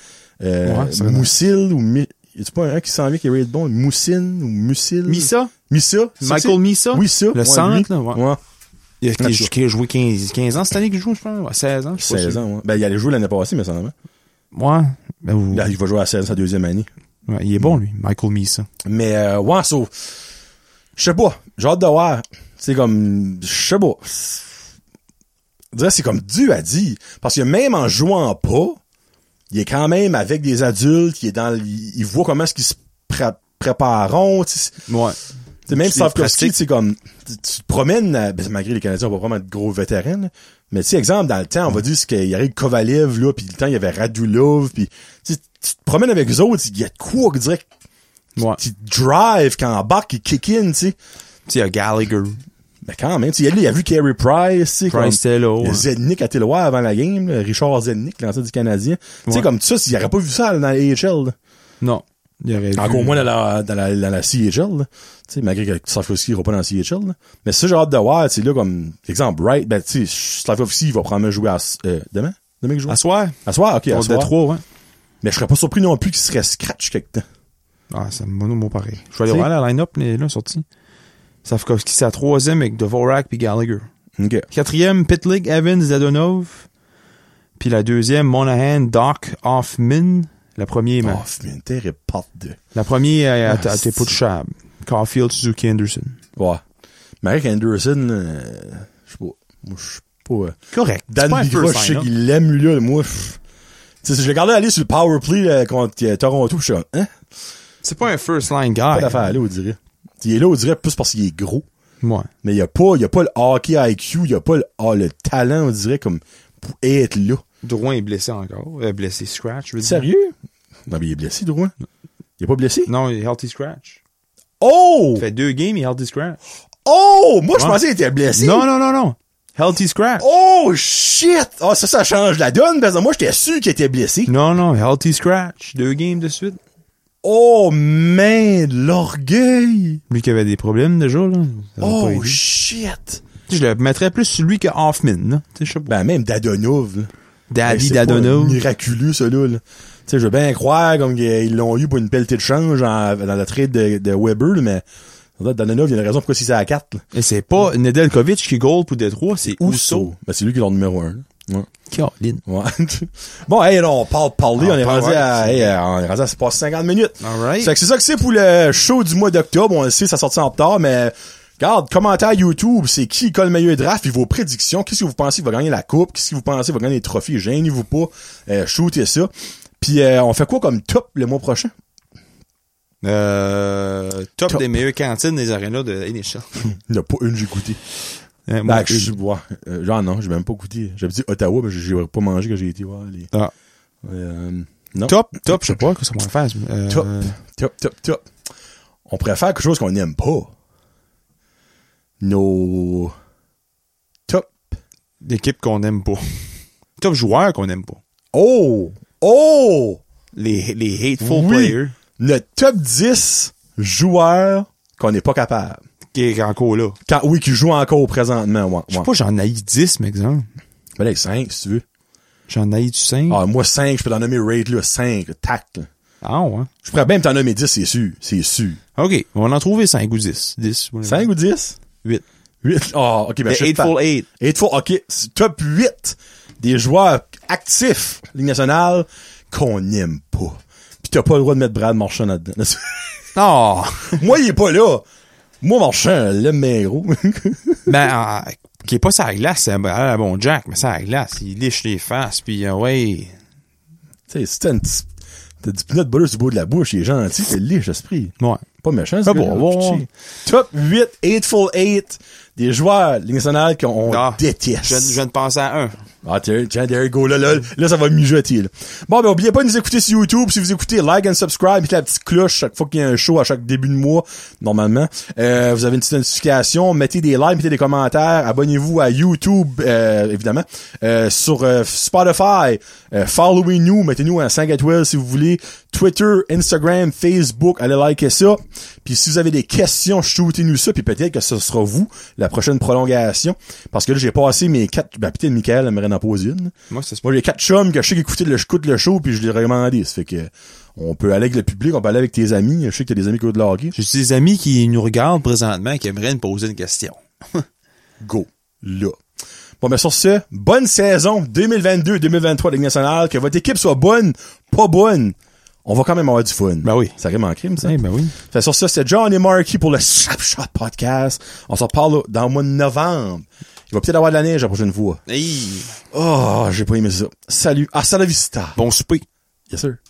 euh,
Ouais, c'est vrai.
Moussil ou... Mi- Y a pas un qui s'en vient qui est raid bon? Moussine ou Moussil?
Missa,
Missa? c'est ça que
Michael Missa,
c'est? Oui, ça.
le
ouais,
centre,
lui.
là, ouais.
Ouais,
Il a- qui,
Ah,
a,
tu vois.
qui a joué 15, 15 ans cette année qu'il joue, je pense. Ouais, 16 ans, je sais pas
16
sûr.
ans, ouais. Ben, il allait jouer l'année passée, mais ça va.
Ouais. Ben, vous-
Là, il va jouer à 16 ans, sa deuxième année.
ouais, il est bon, lui, Michael Missa.
Mais, euh, ouais, so, je sais pas. J'ai hâte de voir. C'est comme, je sais pas. Je dirais, c'est comme dû à dire. Parce que même en jouant pas, il est quand même avec des adultes, il est dans, l- il voit comment est-ce qu'ils se pré- prépareront. tu sais.
Ouais.
Tu sais, même
C'est
Slavkovski,
pratique.
c'est comme, tu tu te promènes, à- ben, malgré les Canadiens, on va vraiment être gros vétérans, là. mais tu sais, exemple, dans le temps, on va dire c'est qu'il y avait Kovalev, là, puis le temps, il y avait Radulov, puis tu sais, tu te promènes avec eux autres, il y a de quoi, on dirait,
Ouais. Tu
qui drive, qui embarque, qui kick in, tu sais.
sais, il y a Gallagher.
Ben quand même, tu sais, il y a vu Carey Price, tu sais, comme-
Price hein. était là, ouais.
le Zednik à Téloir avant la game, là, Richard Zednik, l'ancien du Canadien. Tu sais,
Ouais.
comme ça, s'il n'aurait pas vu ça dans la AHL, là.
Non. Il y aurait
encore
vu-
moins dans la, dans la, dans la CHL, là. tu sais, malgré que Slavkovski n'ira pas dans la CHL, là. mais ça, j'ai hâte de voir, tu sais, là, comme, exemple, Wright, ben, tu sais, Slavkovski, il va probablement jouer à, s- euh, demain? Demain qu'il joue?
À soir.
À soir, ok, à
On était
soir.
trois, ouais.
Mais je serais pas surpris non plus qu'il serait scratch quelque temps.
Ah, c'est un mono pareil. Je vais aller
Tu sais-
voir la line-up, mais là, sorti. Safkovski, c'est à troisième avec Dvorak puis Gallagher.
Ok.
Quatrième, Pitlick, Evans, Zadonov. Puis la deuxième, Monahan, Doc, Hoffman. La première,
Oh,
man.
fumin, terre et pâte de.
La première, à,
Ah,
à,
c'est-
tes pas de chab. Caulfield, Suzuki, Anderson.
Ouais. Mais avec Anderson, euh, je sais pas, moi, je suis pas, euh,
Correct. C'est pas
Dan
un
Bigra, je
first
sais
line-up.
qu'il l'aime, lui, là. Moi, pff. Tu sais, je l'ai regardé aller sur le power play là, contre euh, Toronto, je suis comme, hein?
C'est pas un first line guy.
Pas d'affaire là, on dirait. Il est là, on dirait, plus parce qu'il est gros.
Ouais.
Mais il y a pas, il y a pas le hockey IQ, il y a pas le, ah, le talent, on dirait, comme, pour être là.
Drouin est blessé encore. Euh, blessé scratch, je veux dire.
Sérieux? Non, mais il est blessé, Drouin. Il est pas blessé?
Non, il est healthy scratch.
Oh!
Il fait deux games, il est healthy scratch.
Oh! Moi, je
Ouais.
pensais qu'il était blessé.
Non, non, non, non. Healthy scratch.
Oh, shit! Ah, ça, ça change la donne, parce que moi, j'étais sûr qu'il était blessé.
Non, non, healthy scratch. Deux games de suite.
Oh, man, l'orgueil!
Lui qui avait des problèmes déjà, là. ça va pas
Oh,
aider.
shit!
je le mettrais plus sur lui que Hoffman, là. Tu sais, je sais pas.
Ben, même Dadonov, là.
Daddy
Hey, Ben, c'est pas
Dadonov.
miraculeux, celui là. Tu sais, je veux bien croire comme qu'ils l'ont eu pour une pelletée de change en- dans la trade de, de Weber, là, mais là, Danonov, il y a une raison pourquoi c'est à 4. Là.
Et c'est pas Nedeljkovic qui goal pour Détroit, c'est Ousso.
Ben, c'est lui qui est leur numéro 1. Ouais.
Caroline.
Ouais. bon, hey, là, on parle de parler,
On
on, est
parle,
rendu
ouais,
à,
c'est-
hey, euh, on est rendu à, c'est passé 50 minutes.
Alright.
Fait que c'est ça que c'est pour le show du mois d'octobre. On le sait, ça sortit en retard, mais regarde, commentaire YouTube, c'est qui colle le meilleur draft, puis vos prédictions, qu'est-ce que vous pensez va gagner la coupe, qu'est-ce que vous pensez va gagner les trophées, gênez-vous pas, euh, shootez ça. Puis euh, on fait quoi comme top le mois prochain?
Euh, top,
Top.
des meilleures cantines des arénas de NHL.
Il n'y en a pas une que j'ai goûté.
Euh, moi,
Ben, je
une.
suis bois. Euh, genre, non, j'ai même pas goûté. J'avais dit Ottawa, mais j'ai j'ai pas mangé quand j'ai été voir les.
Ah.
Euh, non.
Top, top, je sais pas que ça pourrait faire. euh,
Top. Top, top, top. On pourrait faire quelque chose qu'on n'aime pas. Nos. Top.
D'équipe qu'on aime pas. Top joueur qu'on aime pas.
Oh! Oh!
Les, les hateful
Oui.
players
Le top 10 joueurs qu'on n'est pas capable.
qui est encore là.
Quand, oui, qui jouent encore présentement. Ouais,
Je sais
ouais.
pas, j'en haïs 10, mais exemple.
Mais là, 5, si tu veux.
J'en haïs du 5. Ah,
Ah, moi, 5, je peux t'en nommer Raid, là. 5, tac. là.
ouais.
Je pourrais même t'en nommer 10, c'est sûr. C'est sûr.
OK, on va en trouver 5 ou 10. 10.
5 ou 10?
8.
8. Ah, ok, ben,
The
je sais pas.
hateful eight.
Eightfold, ok. C'est Top 8 des joueurs actifs, Ligue nationale, qu'on n'aime pas. Pis t'as pas le droit de mettre Brad Marchand là-dedans.
Non!
Moi, il est pas là. Moi, Marchand, l'aime bien gros.
ben, euh, qui est pas sa glace, c'est un ah, bon Jack, mais sa glace, il liche les faces, puis euh, ouais.
Tu sais, si t'as une petite- t'as du peanut butter sur le bout de la bouche, il est gentil, t'es liche, esprit.
Ouais.
Pas méchant,
Ah
c'est
bon, bon, bon.
Top 8, Eightfold Eight, des joueurs, Ligue nationale, qu'on
Ah,
déteste.
Je, viens- je viens de penser à un.
Ah, tiens, tiens, there you go. Là, là, là, ça va mijoter, là. Bon, ben, oubliez pas de nous écouter sur YouTube. Si vous écoutez, like and subscribe, mettez la petite cloche chaque fois qu'il y a un show à chaque début de mois, normalement. Euh, vous avez une petite notification. Mettez des likes, mettez des commentaires. Abonnez-vous à YouTube, euh, évidemment. Euh, sur euh, Spotify, euh, followez-nous. Mettez-nous un 5 étoiles si vous voulez. Twitter, Instagram, Facebook, allez liker ça. Puis si vous avez des questions, shootez-nous ça. Puis peut-être que ce sera vous, la prochaine prolongation. Parce que là, j'ai passé mes quatre... Ben, putain, Michael, elle me en poser une.
Moi, c'est pas.
Moi, j'ai quatre chums que je sais qu'ils écoutaient le, j'écoute le show, puis je les recommandé. Ça fait que on peut aller avec le public, on peut aller avec tes amis. Je sais que t'as des amis qui ont de l'hockey.
J'ai des amis qui nous regardent présentement et qui aimeraient nous poser une question.
Go. Là. Bon, ben sur ce, bonne saison 2022-2023 de Ligue nationale. Que votre équipe soit bonne, pas bonne. On va quand même avoir du fun.
Ben oui.
Ça rime en crime, ça.
Eh ben oui.
Fait sur ça, c'est John et Marky pour le Slap Shot Podcast. On se reparle dans le mois de novembre. Il va peut-être avoir de la neige la prochaine fois.
Hey,
Oh, j'ai pas aimé ça. Salut. Hasta la vista.
bon souper.
Yes, sir.